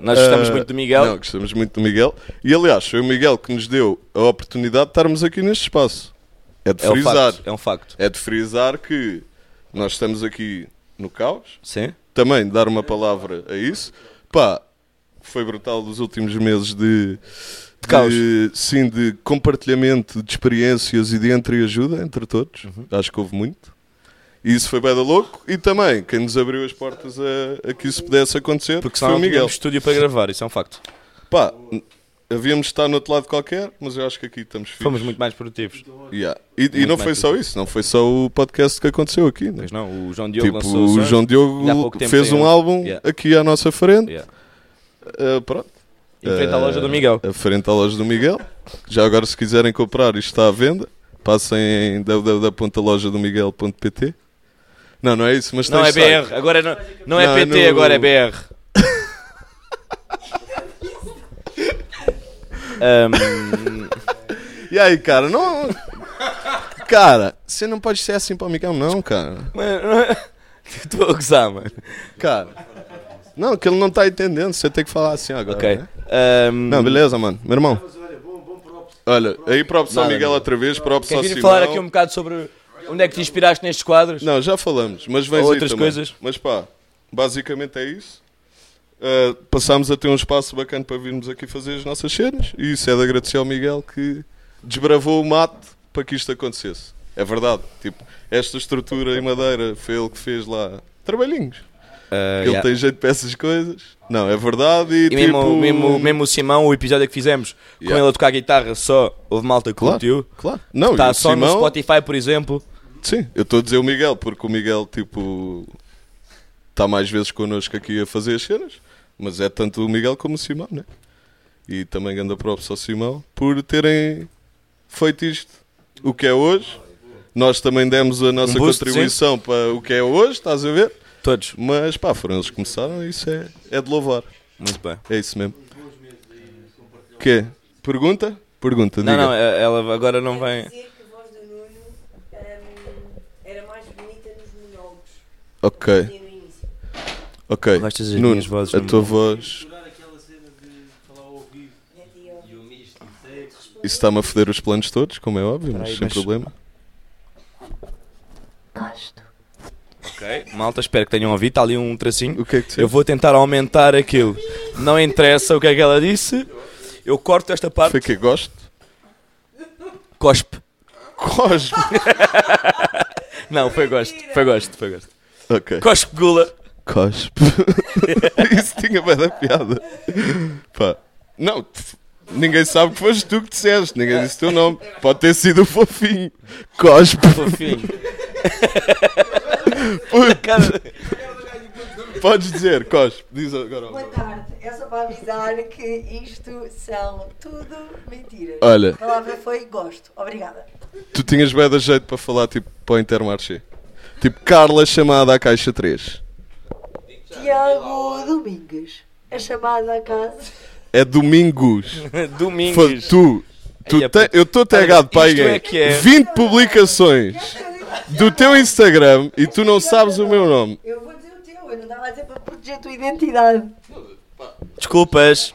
[SPEAKER 3] Nós gostamos
[SPEAKER 4] Ah,
[SPEAKER 3] muito do Miguel.
[SPEAKER 4] Não, gostamos muito do Miguel. E aliás, foi o Miguel que nos deu a oportunidade de estarmos aqui neste espaço. É de
[SPEAKER 3] é, um
[SPEAKER 4] frisar.
[SPEAKER 3] facto, é um facto.
[SPEAKER 4] É de frisar que nós estamos aqui no caos.
[SPEAKER 3] Sim?
[SPEAKER 4] Também dar uma palavra a isso. Pá, foi brutal dos últimos meses de. De
[SPEAKER 3] caos.
[SPEAKER 4] sim, de compartilhamento de experiências e de entreajuda entre todos.
[SPEAKER 3] Uhum.
[SPEAKER 4] Acho que houve muito. E isso foi bem da louco. E também, quem nos abriu as portas a, a que isso pudesse acontecer
[SPEAKER 3] Porque
[SPEAKER 4] foi
[SPEAKER 3] senão
[SPEAKER 4] o
[SPEAKER 3] não
[SPEAKER 4] Miguel.
[SPEAKER 3] tínhamos estúdio para gravar, isso é um facto.
[SPEAKER 4] Pá, n- havíamos de estar no outro lado qualquer, mas eu acho que aqui estamos fixos.
[SPEAKER 3] Fomos muito mais produtivos.
[SPEAKER 4] Yeah. E, e não
[SPEAKER 3] mais
[SPEAKER 4] foi só isso, não foi só o podcast que aconteceu aqui, né?
[SPEAKER 3] Mas não, o João Diogo
[SPEAKER 4] Tipo,
[SPEAKER 3] lançou
[SPEAKER 4] o
[SPEAKER 3] som.
[SPEAKER 4] João
[SPEAKER 3] Ainda há pouco
[SPEAKER 4] Diogo
[SPEAKER 3] tempo
[SPEAKER 4] fez
[SPEAKER 3] tem
[SPEAKER 4] um
[SPEAKER 3] um-
[SPEAKER 4] álbum
[SPEAKER 3] Yeah.
[SPEAKER 4] aqui à nossa frente.
[SPEAKER 3] Yeah.
[SPEAKER 4] Ah, pronto.
[SPEAKER 3] Em frente à
[SPEAKER 4] Ah,
[SPEAKER 3] loja do Miguel.
[SPEAKER 4] À frente à loja do Miguel. Já agora, se quiserem comprar, isto está à venda. Passem em www.alojadomiguel.pt. Não, não é isso, mas
[SPEAKER 3] Não
[SPEAKER 4] tem
[SPEAKER 3] é
[SPEAKER 4] site.
[SPEAKER 3] BR, agora não, não é
[SPEAKER 4] Não,
[SPEAKER 3] PT,
[SPEAKER 4] no-
[SPEAKER 3] agora é BR. Ahm,
[SPEAKER 4] E aí, cara, não. cara, você não pode ser assim para o Miguel, não, cara.
[SPEAKER 3] mano, Estou a gozar, mano.
[SPEAKER 4] Cara, Não, que ele não tá entendendo, você tem que falar assim agora.
[SPEAKER 3] Ok.
[SPEAKER 4] né?
[SPEAKER 3] Ahm,
[SPEAKER 4] Não, beleza, mano. Meu irmão. Olha, aí para o São
[SPEAKER 3] Nada,
[SPEAKER 4] Miguel
[SPEAKER 3] nada.
[SPEAKER 4] outra vez, para o São
[SPEAKER 3] Queres vir
[SPEAKER 4] Simão.
[SPEAKER 3] falar aqui um bocado sobre onde é que te inspiraste nestes quadros?
[SPEAKER 4] Não, já falamos, mas vens
[SPEAKER 3] Ou
[SPEAKER 4] aí
[SPEAKER 3] outras
[SPEAKER 4] também.
[SPEAKER 3] coisas.
[SPEAKER 4] Mas pá, basicamente é isso. Uh, passámos a ter um espaço bacana para virmos aqui fazer as nossas cenas e isso é de agradecer ao Miguel que desbravou o mato para que isto acontecesse. É verdade, tipo, esta estrutura em madeira foi ele que fez lá trabalhinhos.
[SPEAKER 3] Ah,
[SPEAKER 4] ele
[SPEAKER 3] yeah.
[SPEAKER 4] tem jeito para essas coisas. Não, é verdade e,
[SPEAKER 3] E
[SPEAKER 4] tipo...
[SPEAKER 3] mesmo, mesmo, mesmo o Simão, o episódio que fizemos com
[SPEAKER 4] Yeah.
[SPEAKER 3] ele a tocar guitarra só, houve malta que
[SPEAKER 4] Claro,
[SPEAKER 3] curtiu.
[SPEAKER 4] claro. Não, e
[SPEAKER 3] Está
[SPEAKER 4] o
[SPEAKER 3] tá só no
[SPEAKER 4] Simão-
[SPEAKER 3] Spotify, por exemplo.
[SPEAKER 4] Sim, eu estou a dizer o Miguel, porque o Miguel, tipo, está mais vezes connosco aqui a fazer as cenas, mas é tanto o Miguel como o Simão, né? E também ganda props ao Simão por terem feito isto, o que é hoje. Nós também demos a nossa
[SPEAKER 3] Um boost,
[SPEAKER 4] contribuição para o que é hoje, estás a ver?
[SPEAKER 3] Todos.
[SPEAKER 4] Mas pá, foram eles que começaram e isso é, é de louvar.
[SPEAKER 3] Muito bem.
[SPEAKER 4] É isso mesmo. Quê? Pergunta? Pergunta,
[SPEAKER 3] Não,
[SPEAKER 4] diga.
[SPEAKER 3] não, eh, ela agora não
[SPEAKER 6] Quero
[SPEAKER 3] vem.
[SPEAKER 6] dizer que a voz do Nuno hum, era mais bonita nos monólogos.
[SPEAKER 4] Ok.
[SPEAKER 6] dizia no início.
[SPEAKER 4] Ok.
[SPEAKER 3] Gostas das
[SPEAKER 4] Nuno,
[SPEAKER 3] minhas vozes,
[SPEAKER 4] a
[SPEAKER 3] não?
[SPEAKER 4] tua voz.
[SPEAKER 6] Já te ia ouvir.
[SPEAKER 4] Isso está-me a foder os planos todos, como é óbvio, mas
[SPEAKER 3] Peraí,
[SPEAKER 4] sem
[SPEAKER 3] mas-
[SPEAKER 4] problema.
[SPEAKER 3] Ok. Malta, espero que tenham ouvido. Está ali um tracinho.
[SPEAKER 4] O que é que
[SPEAKER 3] Eu
[SPEAKER 4] tu
[SPEAKER 3] vou tentar aumentar aquilo. Não interessa o que é que ela disse. Eu corto esta parte.
[SPEAKER 4] Foi que gosto?
[SPEAKER 3] Cospe.
[SPEAKER 4] Cosmo!
[SPEAKER 3] Não, foi gosto. Foi gosto, foi gosto.
[SPEAKER 4] ok.
[SPEAKER 3] Cospe gula.
[SPEAKER 4] Cospe. Isso tinha bem da piada. Pá. Não, t- ninguém sabe que foste tu que disseste, ninguém disse o teu nome. Pode ter sido o fofinho. Cospe.
[SPEAKER 3] Fofinho.
[SPEAKER 4] Puto,
[SPEAKER 3] Cara,
[SPEAKER 4] Podes dizer, cospe. Diz agora.
[SPEAKER 6] Boa tarde, é só para avisar que isto são tudo mentiras.
[SPEAKER 4] Olha,
[SPEAKER 6] A palavra foi gosto. Obrigada.
[SPEAKER 4] tu tinhas bem da jeito para falar tipo para o Intermarché. Tipo, Carla chamada à caixa 3.
[SPEAKER 6] Tiago Domingues, é chamado à casa.
[SPEAKER 4] É domingos. Fa-
[SPEAKER 3] Domingos.
[SPEAKER 4] tu, tu
[SPEAKER 3] Ai, é
[SPEAKER 4] te-
[SPEAKER 3] puto.
[SPEAKER 4] eu estou tagado
[SPEAKER 3] Isto
[SPEAKER 4] para aí
[SPEAKER 3] é
[SPEAKER 4] em
[SPEAKER 3] que é.
[SPEAKER 4] 20 publicações do teu Instagram e tu não sabes o meu nome.
[SPEAKER 6] Eu vou dizer o teu, eu não estava a dizer para proteger a tua identidade.
[SPEAKER 3] Desculpas.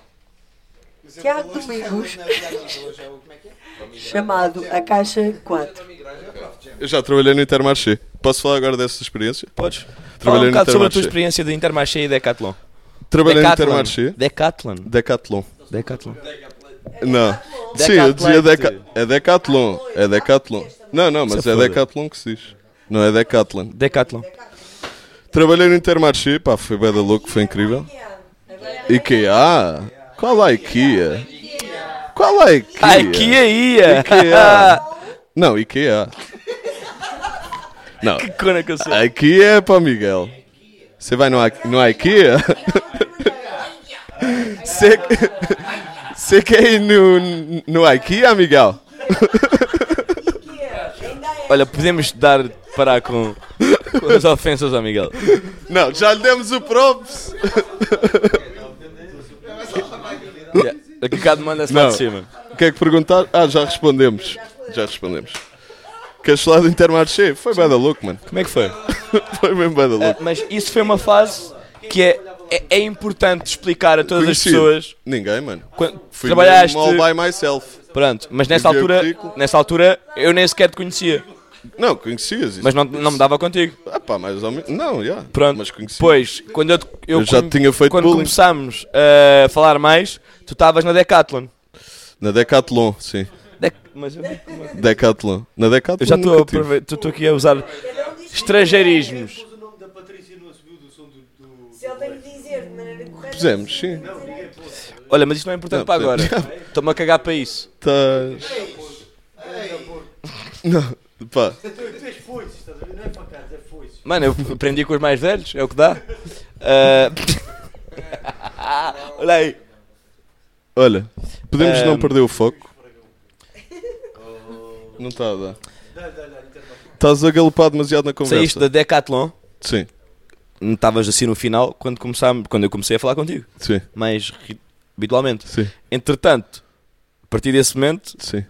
[SPEAKER 6] Tiago Domingos, chamado a Caixa 4.
[SPEAKER 4] Eu já trabalhei no Intermarché. Posso falar agora dessa experiência?
[SPEAKER 3] Podes. Fala um
[SPEAKER 4] Trabalhei no
[SPEAKER 3] bocado sobre a tua
[SPEAKER 4] Intermarché.
[SPEAKER 3] experiência de Intermarché e Decathlon.
[SPEAKER 4] Trabalhei no
[SPEAKER 3] Decathlon.
[SPEAKER 4] Intermarché.
[SPEAKER 3] Decathlon.
[SPEAKER 4] Decathlon.
[SPEAKER 3] Decathlon.
[SPEAKER 4] Não. Sim, eu dizia
[SPEAKER 3] Decathlete.
[SPEAKER 4] deca... é Decathlon. É Decathlon. Não, não, mas
[SPEAKER 3] Isso é
[SPEAKER 4] é
[SPEAKER 3] foda.
[SPEAKER 4] Decathlon que se diz. Não é Decathlon.
[SPEAKER 3] Decathlon.
[SPEAKER 4] Trabalhei no Intermarché, pá, foi bem da louco, foi incrível. IKEA? Qual a IKEA? Qual a IKEA?
[SPEAKER 3] Ai, que é ia!
[SPEAKER 4] IKEA. Não, IKEA. Não,
[SPEAKER 3] Cona que eu sou.
[SPEAKER 4] IKEA é para Miguel. Você vai no, I- no IKEA? Você você quer ir no, no IKEA, Miguel?
[SPEAKER 3] Olha, podemos dar parar com, com as ofensas ao Miguel.
[SPEAKER 4] Não, já lhe demos o props.
[SPEAKER 3] Yeah. Aqui cá manda-se lá
[SPEAKER 4] Não.
[SPEAKER 3] de cima.
[SPEAKER 4] O que é que perguntar? Ah, já respondemos. Já respondemos. Queres falar do Intermarché? Foi bem da louco, mano.
[SPEAKER 3] Como é que foi?
[SPEAKER 4] Foi mesmo bem da
[SPEAKER 3] Ah,
[SPEAKER 4] louco.
[SPEAKER 3] mas isso foi uma fase que é, é, é importante explicar a todas
[SPEAKER 4] Conhecido?
[SPEAKER 3] as pessoas.
[SPEAKER 4] Ninguém, mano.
[SPEAKER 3] Quando
[SPEAKER 4] Fui
[SPEAKER 3] trabalhaste.
[SPEAKER 4] mesmo all by myself.
[SPEAKER 3] Pronto, mas nessa
[SPEAKER 4] Enviei
[SPEAKER 3] altura,
[SPEAKER 4] currículo.
[SPEAKER 3] nessa altura eu nem sequer te conhecia.
[SPEAKER 4] Não, conhecias isso.
[SPEAKER 3] Mas não, não me dava contigo.
[SPEAKER 4] Ah pá, mais ou menos. Não, já.
[SPEAKER 3] Pronto,
[SPEAKER 4] Mas conheci.
[SPEAKER 3] pois, quando eu, te- eu
[SPEAKER 4] Eu já
[SPEAKER 3] come-
[SPEAKER 4] tinha feito
[SPEAKER 3] quando
[SPEAKER 4] bullying.
[SPEAKER 3] começámos uh, a falar mais, tu estavas na Decathlon.
[SPEAKER 4] Na Decathlon, sim.
[SPEAKER 3] Dec- Mas eu,
[SPEAKER 4] Decathlon. Na Decathlon.
[SPEAKER 3] eu já estou a
[SPEAKER 4] nunca tive.
[SPEAKER 3] aprove- tu- tu aqui a usar
[SPEAKER 6] um
[SPEAKER 3] estrangeirismos.
[SPEAKER 6] Se ele tem que dizer de maneira correta.
[SPEAKER 4] Pusemos, sim.
[SPEAKER 3] Olha, mas isto não é importante
[SPEAKER 4] Não,
[SPEAKER 3] para agora.
[SPEAKER 4] podemos.
[SPEAKER 3] Estou-me a cagar para isso.
[SPEAKER 4] Estás. Não, pá.
[SPEAKER 3] Mano, eu aprendi com os mais velhos, é o que dá. Ah, Olha aí.
[SPEAKER 4] Olha, podemos
[SPEAKER 3] Ahm.
[SPEAKER 4] não perder o foco. Não está a dar. Estás a galopar demasiado na conversa.
[SPEAKER 3] Saíste da Decathlon,
[SPEAKER 4] Sim,
[SPEAKER 3] não estavas assim no final, quando, começámos, quando eu comecei a falar contigo.
[SPEAKER 4] sim,
[SPEAKER 3] Mais ri- habitualmente.
[SPEAKER 4] sim,
[SPEAKER 3] Entretanto, a partir desse momento,
[SPEAKER 4] sim.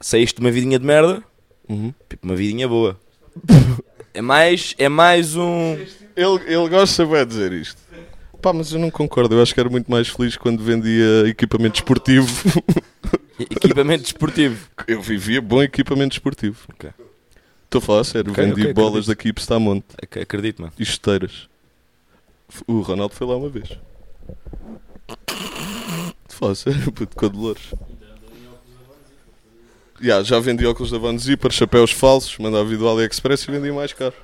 [SPEAKER 3] saíste de uma vidinha de merda,
[SPEAKER 4] Uhum.
[SPEAKER 3] tipo uma vidinha boa. é mais, é mais um.
[SPEAKER 4] Ele, ele gosta bem de dizer isto. Pá, mas eu não concordo. Eu acho que era muito mais feliz quando vendia equipamento esportivo.
[SPEAKER 3] Equipamento desportivo.
[SPEAKER 4] Eu vivia bom equipamento esportivo.
[SPEAKER 3] Ok.
[SPEAKER 4] Estou a falar a sério.
[SPEAKER 3] Ok,
[SPEAKER 4] Vendi
[SPEAKER 3] ok,
[SPEAKER 4] bolas
[SPEAKER 3] acredito.
[SPEAKER 4] daqui para Stamonte
[SPEAKER 3] Ac- Acredito, mano.
[SPEAKER 4] e chuteiras. O Ronaldo foi lá uma vez. Estou a falar a sério, puto, com a Dolores. Ya, já vendi óculos da Van Zipper, chapéus falsos, mandava vir do AliExpress e vendi mais caro.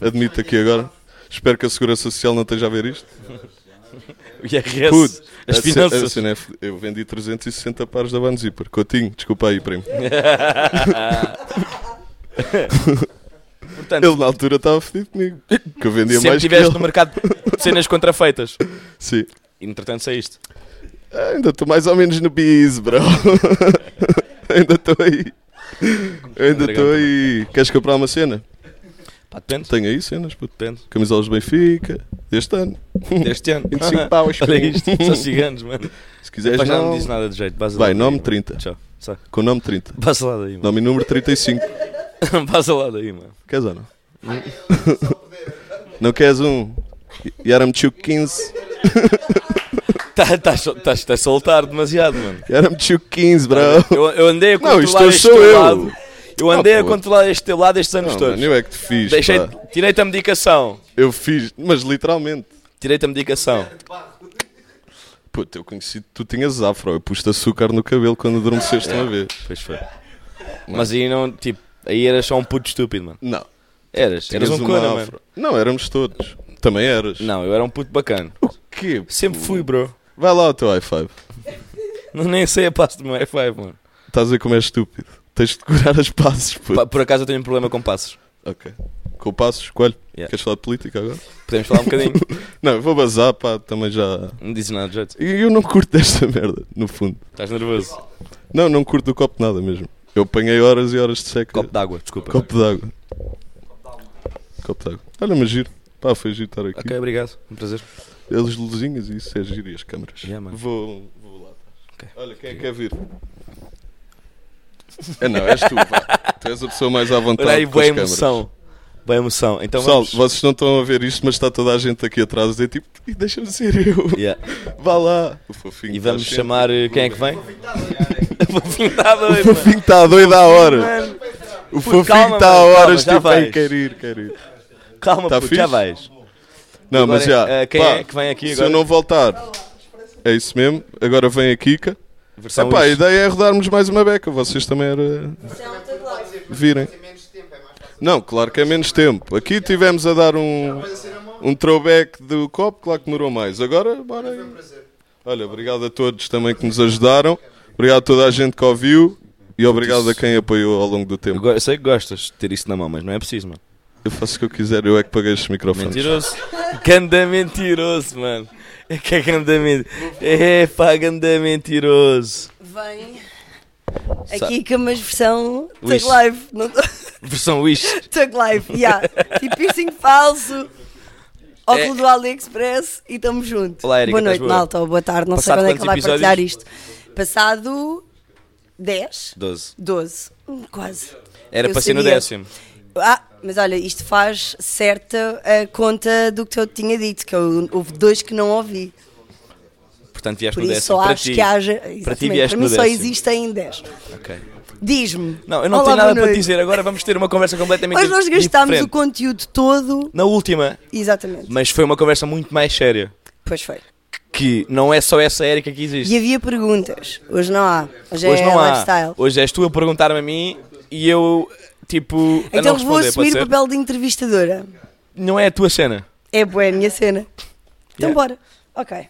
[SPEAKER 4] Admito aqui agora. Espero que a Segurança Social não esteja a ver isto.
[SPEAKER 3] O IRS.
[SPEAKER 4] Puto,
[SPEAKER 3] é as
[SPEAKER 4] a ce- a
[SPEAKER 3] finanças.
[SPEAKER 4] cena é f- eu vendi 360 pares da Van Zipper. Coutinho, desculpa aí, primo.
[SPEAKER 3] Portanto,
[SPEAKER 4] Ele na altura estava fedido comigo. Que eu vendia
[SPEAKER 3] sempre
[SPEAKER 4] mais que
[SPEAKER 3] estiveste
[SPEAKER 4] ele.
[SPEAKER 3] no mercado de cenas contrafeitas.
[SPEAKER 4] Sim.
[SPEAKER 3] E, entretanto, saíste.
[SPEAKER 4] Ah, Ainda estou mais ou menos no bis, bro. Ainda estou aí. Ainda estou aí. Queres comprar uma cena?
[SPEAKER 3] Pá, depende.
[SPEAKER 4] Tenho aí cenas, puto.
[SPEAKER 3] Depende.
[SPEAKER 4] Camisolas do Benfica, deste ano.
[SPEAKER 3] Deste ano.
[SPEAKER 4] 25 paus,
[SPEAKER 3] Olha
[SPEAKER 4] primo.
[SPEAKER 3] isto. Só gigantes, mano.
[SPEAKER 4] Se quiseres
[SPEAKER 3] Pá, já não
[SPEAKER 4] não,
[SPEAKER 3] me diz nada de jeito. Vai,
[SPEAKER 4] Vai, nome 30.
[SPEAKER 3] Tchau. Sai.
[SPEAKER 4] Com nome 30.
[SPEAKER 3] Passa lá daí, mano.
[SPEAKER 4] Nome e número 35.
[SPEAKER 3] Passa lá daí, mano.
[SPEAKER 4] Queres ou não? Não queres um? Yaramchuk 15.
[SPEAKER 3] Estás tá, so- tás- tás a soltar demasiado, mano.
[SPEAKER 4] Yaramchuk 15, bro.
[SPEAKER 3] Eu, eu andei a
[SPEAKER 4] Não,
[SPEAKER 3] controlar
[SPEAKER 4] isto
[SPEAKER 3] este
[SPEAKER 4] sou
[SPEAKER 3] teu
[SPEAKER 4] eu. Ah,
[SPEAKER 3] lado. Eu andei a
[SPEAKER 4] pô.
[SPEAKER 3] controlar este teu lado estes anos
[SPEAKER 4] Não,
[SPEAKER 3] todos.
[SPEAKER 4] mano, eu é que te fiz.
[SPEAKER 3] Deixei,
[SPEAKER 4] pá.
[SPEAKER 3] tirei-te a medicação.
[SPEAKER 4] Eu fiz, mas literalmente.
[SPEAKER 3] Tirei-te a medicação.
[SPEAKER 4] Puta, eu conheci tu tinhas afro. Eu pus-te açúcar no cabelo quando adormeceste
[SPEAKER 3] É.
[SPEAKER 4] uma vez.
[SPEAKER 3] Pois foi. Mas aí não, tipo, aí eras só um puto estúpido, mano.
[SPEAKER 4] Não.
[SPEAKER 3] Eras, eras
[SPEAKER 4] Tinhas
[SPEAKER 3] um
[SPEAKER 4] uma
[SPEAKER 3] cona,
[SPEAKER 4] afro.
[SPEAKER 3] mano.
[SPEAKER 4] Não, éramos todos. Também eras.
[SPEAKER 3] Não, eu era um puto bacana.
[SPEAKER 4] Que?
[SPEAKER 3] Sempre fui, bro.
[SPEAKER 4] Vai lá ao teu i5.
[SPEAKER 3] Não, nem sei a passo do meu F5, mano.
[SPEAKER 4] Estás a ver como és estúpido. Tens de decorar as passos, puto.
[SPEAKER 3] Pa- Por acaso eu tenho um problema com passos.
[SPEAKER 4] Ok. Com o passo, escolho.
[SPEAKER 3] Yeah.
[SPEAKER 4] Queres falar de política agora?
[SPEAKER 3] Podemos falar um bocadinho.
[SPEAKER 4] Não, eu vou bazar, pá, também já.
[SPEAKER 3] Não dizes nada, de jeito.
[SPEAKER 4] E eu não curto desta merda, no fundo.
[SPEAKER 3] Estás nervoso.
[SPEAKER 4] Não, não curto do copo nada mesmo. Eu apanhei horas e horas de seca.
[SPEAKER 3] Copo d'água, desculpa.
[SPEAKER 4] Copo d'água. Copo d'água. Olha, mas giro. Pá, foi giro estar aqui.
[SPEAKER 3] Ok, obrigado. Um prazer.
[SPEAKER 4] As luzinhas e isso é giro e as câmaras.
[SPEAKER 3] Yeah, mano.
[SPEAKER 4] vou, vou lá atrás.
[SPEAKER 3] Ok.
[SPEAKER 4] Olha, quem é que quer vir? ah, não, és tu, vá. Tu és a pessoa mais à vontade.
[SPEAKER 3] Olha aí,
[SPEAKER 4] com as
[SPEAKER 3] boa
[SPEAKER 4] câmaras.
[SPEAKER 3] emoção. Boa emoção. Então
[SPEAKER 4] Pessoal,
[SPEAKER 3] vamos.
[SPEAKER 4] vocês não estão a ver isto, mas está toda a gente aqui atrás e tipo, "Ih, deixa-me ser eu.
[SPEAKER 3] Yeah.
[SPEAKER 4] Vá lá. O fofinho
[SPEAKER 3] E
[SPEAKER 4] está
[SPEAKER 3] vamos
[SPEAKER 4] sempre-
[SPEAKER 3] chamar eh, quem é que vem? O fofinho está doido,
[SPEAKER 4] O fofinho está doido à hora.
[SPEAKER 3] mano.
[SPEAKER 4] O fofinho
[SPEAKER 3] calma,
[SPEAKER 4] está à
[SPEAKER 3] mano,
[SPEAKER 4] hora,
[SPEAKER 3] calma, já
[SPEAKER 4] tipo, ai,
[SPEAKER 3] vais.
[SPEAKER 4] quer ir, quer ir.
[SPEAKER 3] Calma,
[SPEAKER 4] Tá
[SPEAKER 3] puto, já
[SPEAKER 4] fixe?
[SPEAKER 3] vais.
[SPEAKER 4] Não,
[SPEAKER 3] Agora,
[SPEAKER 4] mas já.
[SPEAKER 3] eh, quem
[SPEAKER 4] pá,
[SPEAKER 3] é que vem aqui
[SPEAKER 4] se
[SPEAKER 3] agora?
[SPEAKER 4] eu não voltar, é isso mesmo. Agora vem a Kika.
[SPEAKER 3] Versão
[SPEAKER 4] Epá, a
[SPEAKER 3] hoje.
[SPEAKER 4] ideia é rodarmos mais uma beca. Vocês também era
[SPEAKER 6] Não, tudo lá.
[SPEAKER 4] virem. Não, claro que é menos tempo. Aqui tivemos a dar um, um throwback do copo, claro que demorou mais. Agora, bora aí. Olha, obrigado a todos também que nos ajudaram. Obrigado a toda a gente que ouviu. E obrigado a quem apoiou ao longo do
[SPEAKER 3] Eu,
[SPEAKER 4] tempo.
[SPEAKER 3] go- eu sei que gostas de ter isso na mão, mas não é preciso, mano.
[SPEAKER 4] Eu faço o que eu quiser, eu é que paguei estes microfones.
[SPEAKER 3] Mentiroso. Ganda mentiroso, mano. É que é ganda mentiroso. É pá, ganda mentiroso.
[SPEAKER 6] Vem aqui com uma versão Tug
[SPEAKER 3] Luís.
[SPEAKER 6] Life. Não-
[SPEAKER 3] Versão Wish.
[SPEAKER 6] Tug Life, yeah. E piercing falso.
[SPEAKER 3] É.
[SPEAKER 6] Óculo do AliExpress e estamos juntos.
[SPEAKER 3] Olá, Erika,
[SPEAKER 6] boa
[SPEAKER 3] estás
[SPEAKER 6] noite,
[SPEAKER 3] boa?
[SPEAKER 6] malta, ou boa tarde. Não
[SPEAKER 3] Passado
[SPEAKER 6] sei quando é que ele vai
[SPEAKER 3] quantos
[SPEAKER 6] partilhar isto.
[SPEAKER 3] episódios?
[SPEAKER 6] Passado 10,
[SPEAKER 3] 12.
[SPEAKER 6] 12, hum, quase.
[SPEAKER 3] Era
[SPEAKER 6] Eu
[SPEAKER 3] para ser no
[SPEAKER 6] sabia.
[SPEAKER 3] décimo.
[SPEAKER 6] Ah, mas olha, isto faz certa a conta do que eu te tinha dito, que eu, houve dois que não ouvi.
[SPEAKER 3] Portanto, vieste
[SPEAKER 6] Por
[SPEAKER 3] no
[SPEAKER 6] isso
[SPEAKER 3] décimo.
[SPEAKER 6] só
[SPEAKER 3] para
[SPEAKER 6] acho
[SPEAKER 3] ti.
[SPEAKER 6] que haja.
[SPEAKER 3] Para ti
[SPEAKER 6] Exatamente,
[SPEAKER 3] vieste
[SPEAKER 6] para mim
[SPEAKER 3] no
[SPEAKER 6] só
[SPEAKER 3] décimo.
[SPEAKER 6] existem 10.
[SPEAKER 3] Ok.
[SPEAKER 6] Diz-me.
[SPEAKER 3] Não, eu não
[SPEAKER 6] Olá,
[SPEAKER 3] tenho nada
[SPEAKER 6] boa
[SPEAKER 3] para te
[SPEAKER 6] noite.
[SPEAKER 3] dizer. Agora vamos ter uma conversa completamente
[SPEAKER 6] Hoje nós gastámos
[SPEAKER 3] diferente.
[SPEAKER 6] o conteúdo todo.
[SPEAKER 3] Na última,
[SPEAKER 6] Exatamente.
[SPEAKER 3] mas foi uma conversa muito mais séria.
[SPEAKER 6] Pois foi.
[SPEAKER 3] Que não é só essa Érica que existe.
[SPEAKER 6] E havia perguntas. Hoje não há. Hoje,
[SPEAKER 3] Hoje
[SPEAKER 6] é
[SPEAKER 3] não há.
[SPEAKER 6] lifestyle.
[SPEAKER 3] Hoje és tu a perguntar-me a mim e eu, tipo, a não
[SPEAKER 6] então
[SPEAKER 3] responder,
[SPEAKER 6] vou
[SPEAKER 3] pode
[SPEAKER 6] assumir o
[SPEAKER 3] ser?
[SPEAKER 6] papel de entrevistadora.
[SPEAKER 3] Não é a tua cena.
[SPEAKER 6] É boa a minha cena. Então
[SPEAKER 3] Yeah.
[SPEAKER 6] bora. Ok.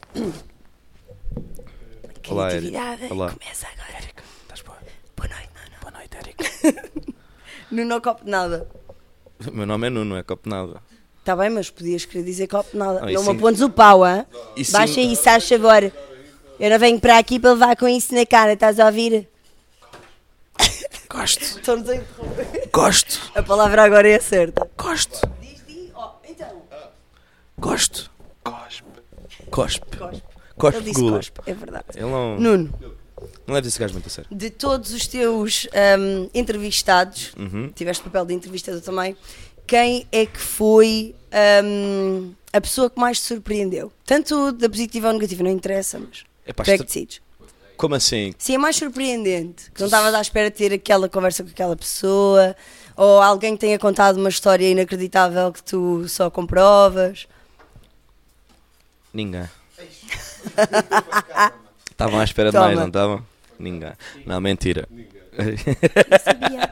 [SPEAKER 3] Olá, Érica.
[SPEAKER 6] Criatividade
[SPEAKER 3] Olá.
[SPEAKER 6] começa agora.
[SPEAKER 3] Estás boa?
[SPEAKER 6] Boa noite, Nuno.
[SPEAKER 3] Boa noite, Érica.
[SPEAKER 6] Nuno não copo de nada.
[SPEAKER 3] Meu nome é Nuno, não é copo de nada.
[SPEAKER 6] Está Tá bem, mas podias querer dizer copo de nada.
[SPEAKER 3] Ah,
[SPEAKER 6] Não,
[SPEAKER 3] isso
[SPEAKER 6] me
[SPEAKER 3] sim.
[SPEAKER 6] apontes o pau, hã?
[SPEAKER 3] Isso
[SPEAKER 6] Baixa
[SPEAKER 3] sim.
[SPEAKER 6] isso, faz favor. Eu não venho para aqui para levar com isso na cara, estás a ouvir?
[SPEAKER 3] Gosto.
[SPEAKER 6] Estou-nos a interromper.
[SPEAKER 3] Gosto.
[SPEAKER 6] A palavra agora é certa.
[SPEAKER 3] Gosto.
[SPEAKER 6] Diz, diz, ó, então.
[SPEAKER 3] Gosto. Cospe. Cospe.
[SPEAKER 6] Ele
[SPEAKER 3] Cospe. de
[SPEAKER 6] disse
[SPEAKER 3] gula.
[SPEAKER 6] cospe, é verdade.
[SPEAKER 3] Ele não, não
[SPEAKER 6] Nuno,
[SPEAKER 3] leva esse gajo muito a sério.
[SPEAKER 6] de hum, todos os teus ahm, entrevistados, tiveste papel de entrevistador também, quem é que foi hum, a pessoa que mais te surpreendeu? Tanto da positiva ou negativa, não interessa, mas
[SPEAKER 3] Epá,
[SPEAKER 6] tu é que
[SPEAKER 3] estra-
[SPEAKER 6] decides.
[SPEAKER 3] Como assim?
[SPEAKER 6] Sim, é mais surpreendente. Que não estavas à espera de ter aquela conversa com aquela pessoa, ou alguém que tenha contado uma história inacreditável que tu só comprovas.
[SPEAKER 3] Ninguém.
[SPEAKER 5] Calma, mano.
[SPEAKER 3] Estavam à espera de
[SPEAKER 6] Toma.
[SPEAKER 3] mais, não estavam? Ninguém. Não, mentira.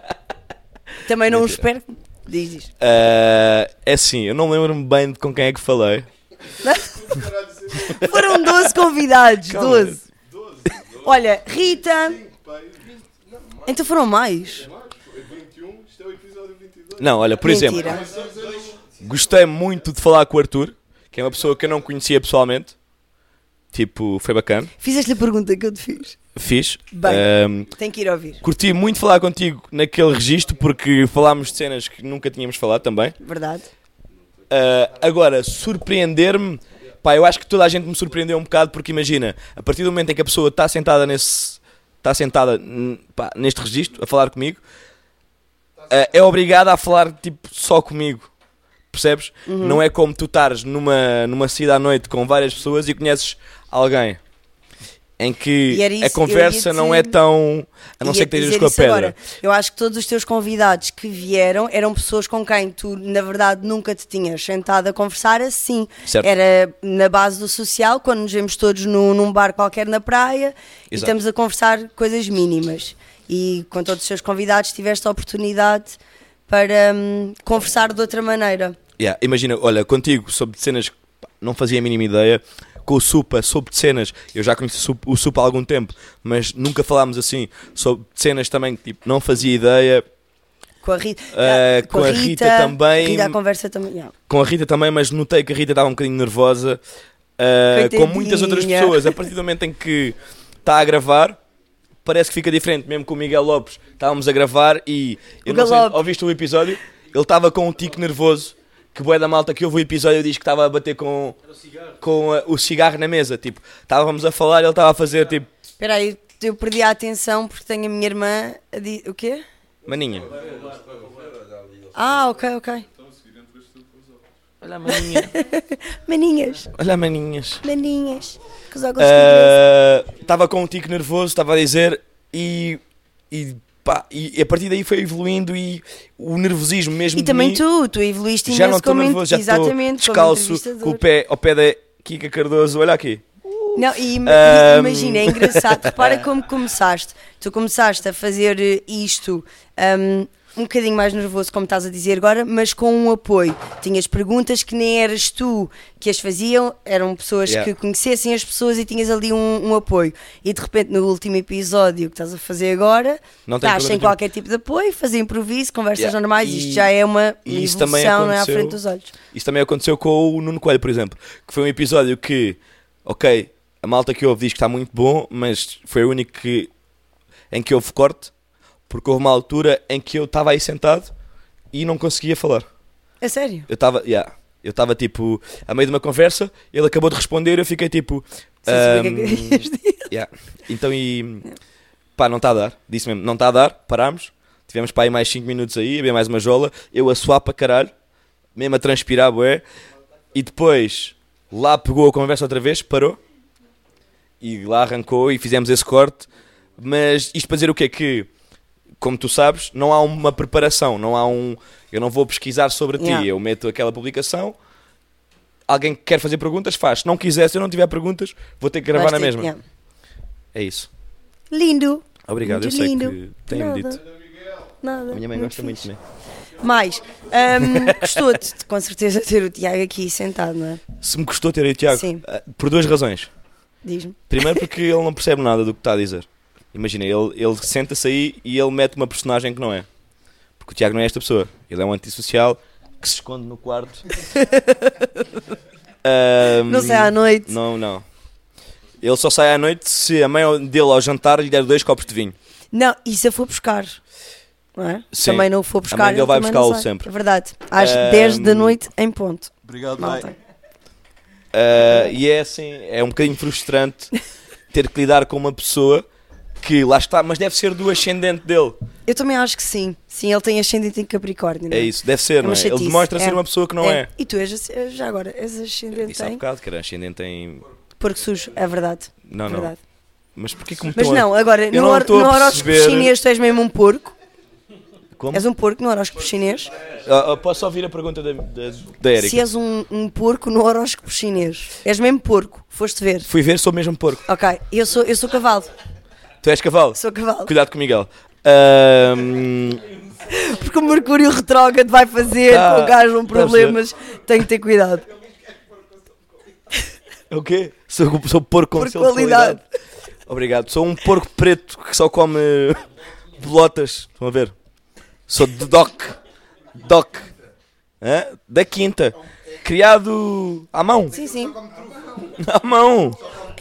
[SPEAKER 6] Também não
[SPEAKER 3] Mentira.
[SPEAKER 6] espero. Diz, diz.
[SPEAKER 3] Ah, é assim, eu não lembro-me bem de com quem é que falei.
[SPEAKER 6] Foram 12 convidados, 12. Olha, Rita. Então foram mais.
[SPEAKER 4] Isto é o episódio 22.
[SPEAKER 3] Não, olha, por
[SPEAKER 6] Mentira.
[SPEAKER 3] exemplo, gostei muito de falar com o Arthur, que é uma pessoa que eu não conhecia pessoalmente. Tipo, foi bacana. Ehm,
[SPEAKER 6] Fizeste a pergunta que eu te fiz.
[SPEAKER 3] Fiz.
[SPEAKER 6] Bem.
[SPEAKER 3] Ahm,
[SPEAKER 6] Tem que ir ouvir,
[SPEAKER 3] curti muito falar contigo naquele registro, porque falámos de cenas que nunca tínhamos falado também.
[SPEAKER 6] verdade?
[SPEAKER 3] Ah, agora, surpreender-me. Pá, eu acho que toda a gente me surpreendeu um bocado porque imagina, a partir do momento em que a pessoa está sentada nesse. Está sentada hum, pá, neste registro a falar comigo, ah, é obrigada a falar tipo só comigo. Percebes?
[SPEAKER 6] Uhum.
[SPEAKER 3] Não é como tu estares numa, numa saída à noite com várias pessoas e conheces alguém. Em que
[SPEAKER 6] E era isso, eu
[SPEAKER 3] a
[SPEAKER 6] ia
[SPEAKER 3] conversa não é
[SPEAKER 6] dizer-
[SPEAKER 3] tão. A não
[SPEAKER 6] Ia
[SPEAKER 3] ser que estejas
[SPEAKER 6] dizer
[SPEAKER 3] com a
[SPEAKER 6] isso
[SPEAKER 3] pedra.
[SPEAKER 6] é agora. Eu acho que todos os teus convidados que vieram eram pessoas com quem tu, na verdade, nunca te tinhas sentado a conversar assim.
[SPEAKER 3] Certo.
[SPEAKER 6] Era na base do social, quando nos vemos todos num, num bar qualquer na praia e
[SPEAKER 3] Exato.
[SPEAKER 6] estamos a conversar coisas mínimas. E com todos os teus convidados tiveste a oportunidade para hum, conversar de outra maneira.
[SPEAKER 3] Yeah, imagina, olha, contigo sobre cenas que pá, não fazia a mínima ideia, com o Supa sobre cenas, eu já conheci o Sup- o Supa há algum tempo, mas nunca falámos assim sobre cenas também que tipo, não fazia ideia,
[SPEAKER 6] Com a Rita,
[SPEAKER 3] Eh, com a Rita também.
[SPEAKER 6] Rita a conversa também. yeah.
[SPEAKER 3] com a Rita também, mas notei que a Rita estava um bocadinho nervosa, ah, com muitas outras
[SPEAKER 6] Coitadinha.
[SPEAKER 3] pessoas, a partir do momento em que está a gravar, parece que fica diferente, mesmo com o Miguel Lopes, estávamos a gravar e, eu
[SPEAKER 6] O
[SPEAKER 3] não sei,
[SPEAKER 6] Galope.
[SPEAKER 3] ouviste o episódio, ele estava com um tique nervoso, que boé da malta que houve o episódio diz que estava a bater com... com uh, o cigarro na mesa. Tipo, estávamos a falar, ele estava a fazer tipo,
[SPEAKER 6] Espera aí, eu perdi a atenção porque tenho a minha irmã a di- O quê?
[SPEAKER 3] maninha.
[SPEAKER 6] Ah, ok, ok. Maninhas,
[SPEAKER 3] Olha, maninhas.
[SPEAKER 6] maninhas. Que os óculos uh...
[SPEAKER 3] Ah, Estava com um tico nervoso, estava a dizer, e. e pá, e a partir daí foi evoluindo e o nervosismo mesmo.
[SPEAKER 6] E
[SPEAKER 3] de
[SPEAKER 6] também
[SPEAKER 3] mim,
[SPEAKER 6] tu, tu evoluíste
[SPEAKER 3] já
[SPEAKER 6] imenso
[SPEAKER 3] não estou
[SPEAKER 6] como en-
[SPEAKER 3] nervoso, já estou
[SPEAKER 6] Exatamente, como
[SPEAKER 3] descalço
[SPEAKER 6] entrevistador.
[SPEAKER 3] com o pé ao pé da Kika Cardoso. Olha aqui.
[SPEAKER 6] Não, e, im-
[SPEAKER 3] Ahm.
[SPEAKER 6] imagina, é engraçado. Repara como começaste. Tu começaste a fazer eh, isto ahm, um, bocadinho mais nervoso, como estás a dizer agora, mas com um apoio. Tinhas perguntas que nem eras tu que as faziam, eram pessoas
[SPEAKER 3] Yeah.
[SPEAKER 6] que conhecessem as pessoas e tinhas ali um, um apoio. E de repente, no último episódio que estás a fazer agora,
[SPEAKER 3] Não tem
[SPEAKER 6] estás sem
[SPEAKER 3] problema nenhum.
[SPEAKER 6] qualquer tipo de apoio, fazer improviso, conversas
[SPEAKER 3] Yeah.
[SPEAKER 6] normais.
[SPEAKER 3] E-
[SPEAKER 6] Isto já é uma
[SPEAKER 3] e isso
[SPEAKER 6] evolução,
[SPEAKER 3] também
[SPEAKER 6] não é à
[SPEAKER 3] aconteceu-
[SPEAKER 6] frente dos olhos.
[SPEAKER 3] Isto também aconteceu com o Nuno Coelho, por exemplo, que foi um episódio que, ok, a malta que ouve diz que está muito bom, mas foi o único que, em que houve corte, porque houve uma altura em que eu estava aí sentado e não conseguia falar.
[SPEAKER 6] É sério?
[SPEAKER 3] Eu estava, yeah, eu estava tipo, a meio de uma conversa, ele acabou de responder, eu fiquei tipo.
[SPEAKER 6] Sem saber o que é
[SPEAKER 3] ahm,
[SPEAKER 6] que querias dizer.
[SPEAKER 3] yeah. Então e. Pá, não está a dar. Disse mesmo, não está a dar, parámos. Tivemos para aí mais 5 minutos aí, a beber mais uma jola. Eu a suar para caralho, mesmo a transpirar, boé. E depois lá pegou a conversa outra vez, parou. E lá arrancou e fizemos esse corte. Mas isto para dizer o quê? Que, como tu sabes, não há uma preparação, não há um. Eu não vou pesquisar sobre ti.
[SPEAKER 6] Yeah.
[SPEAKER 3] Eu meto aquela publicação. Alguém que quer fazer perguntas, faz. Se não quiser, se eu não tiver perguntas, vou ter que gravar
[SPEAKER 6] Vais
[SPEAKER 3] na
[SPEAKER 6] ter-
[SPEAKER 3] mesma.
[SPEAKER 6] yeah.
[SPEAKER 3] É isso.
[SPEAKER 6] Lindo.
[SPEAKER 3] Obrigado,
[SPEAKER 6] Muito
[SPEAKER 3] eu sei
[SPEAKER 6] lindo.
[SPEAKER 3] que tenho-me
[SPEAKER 6] Nada.
[SPEAKER 3] dito.
[SPEAKER 6] Nada.
[SPEAKER 3] A minha mãe gosta muito de
[SPEAKER 6] fixe.
[SPEAKER 3] mim.
[SPEAKER 6] Mais, ahm, gostou-te de, com certeza ter o Tiago aqui sentado, não é?
[SPEAKER 3] Se me custou ter aí o Tiago,
[SPEAKER 6] Sim.
[SPEAKER 3] ah, por duas razões.
[SPEAKER 6] Diz-me.
[SPEAKER 3] Primeiro porque ele não percebe nada do que está a dizer. Imagina, ele, ele senta-se aí e ele mete uma personagem que não é. Porque o Tiago não é esta pessoa. Ele é um antissocial que se esconde no quarto. Ahm,
[SPEAKER 6] Não sei à noite.
[SPEAKER 3] Hum, Não, não. Ele só sai à noite se a mãe dele ao jantar lhe der dois copos de vinho.
[SPEAKER 6] Não, e se eu for buscar? Não é?
[SPEAKER 3] Sim.
[SPEAKER 6] Também não for buscar.
[SPEAKER 3] mãe dele
[SPEAKER 6] ele
[SPEAKER 3] vai
[SPEAKER 6] também não
[SPEAKER 3] buscá-lo
[SPEAKER 6] sai.
[SPEAKER 3] sempre.
[SPEAKER 6] É verdade. Às
[SPEAKER 3] Ahm,
[SPEAKER 6] 10 da noite em ponto.
[SPEAKER 4] Obrigado,
[SPEAKER 6] Malta.
[SPEAKER 4] mãe.
[SPEAKER 3] Ah, Uh, e é assim, é um bocadinho frustrante ter que lidar com uma pessoa que lá está, mas deve ser do ascendente dele.
[SPEAKER 6] Eu também acho que sim. Sim, ele tem ascendente em Capricórnio. não
[SPEAKER 3] É isso, deve ser,
[SPEAKER 6] uma
[SPEAKER 3] não é? Ele
[SPEAKER 6] chatice.
[SPEAKER 3] demonstra
[SPEAKER 6] É.
[SPEAKER 3] ser uma pessoa que não é.
[SPEAKER 6] E tu és, asc- já agora, és ascendente
[SPEAKER 3] Disse há
[SPEAKER 6] em
[SPEAKER 3] bocado que era ascendente em.
[SPEAKER 6] porco sujo, é verdade.
[SPEAKER 3] Não,
[SPEAKER 6] é
[SPEAKER 3] não.
[SPEAKER 6] verdade.
[SPEAKER 3] Mas porquê que me
[SPEAKER 6] Mas
[SPEAKER 3] estão a-
[SPEAKER 6] não, agora,
[SPEAKER 3] Eu
[SPEAKER 6] no,
[SPEAKER 3] não
[SPEAKER 6] hor-
[SPEAKER 3] estou a
[SPEAKER 6] no horóscopo
[SPEAKER 3] perceber-
[SPEAKER 6] chinês tu és mesmo um porco.
[SPEAKER 3] Como?
[SPEAKER 6] És um porco no horóscopo chinês.
[SPEAKER 3] Ah, ah, posso ouvir a pergunta da, da, da Erika?
[SPEAKER 6] Se és um, um porco no horóscopo chinês, és mesmo porco, foste ver.
[SPEAKER 3] Fui ver, sou mesmo porco.
[SPEAKER 6] Ok, eu sou, eu sou cavalo,
[SPEAKER 3] Tu és cavalo?
[SPEAKER 6] sou cavalo.
[SPEAKER 3] Cuidado com o Miguel. Ahm,
[SPEAKER 6] Porque o Mercúrio retrógrado vai fazer
[SPEAKER 3] Tá,
[SPEAKER 6] com o gajo um
[SPEAKER 3] tá a
[SPEAKER 6] problemas, tenho que ter cuidado.
[SPEAKER 3] o quê? Sou, um sou porco com
[SPEAKER 6] É Por
[SPEAKER 3] selo de
[SPEAKER 6] qualidade.
[SPEAKER 3] Obrigado. Sou um porco preto que só come bolotas. Estão a ver? Sou de doc. Doc. Hã? Da quinta. Criado à mão.
[SPEAKER 6] Sim, sim.
[SPEAKER 3] À mão.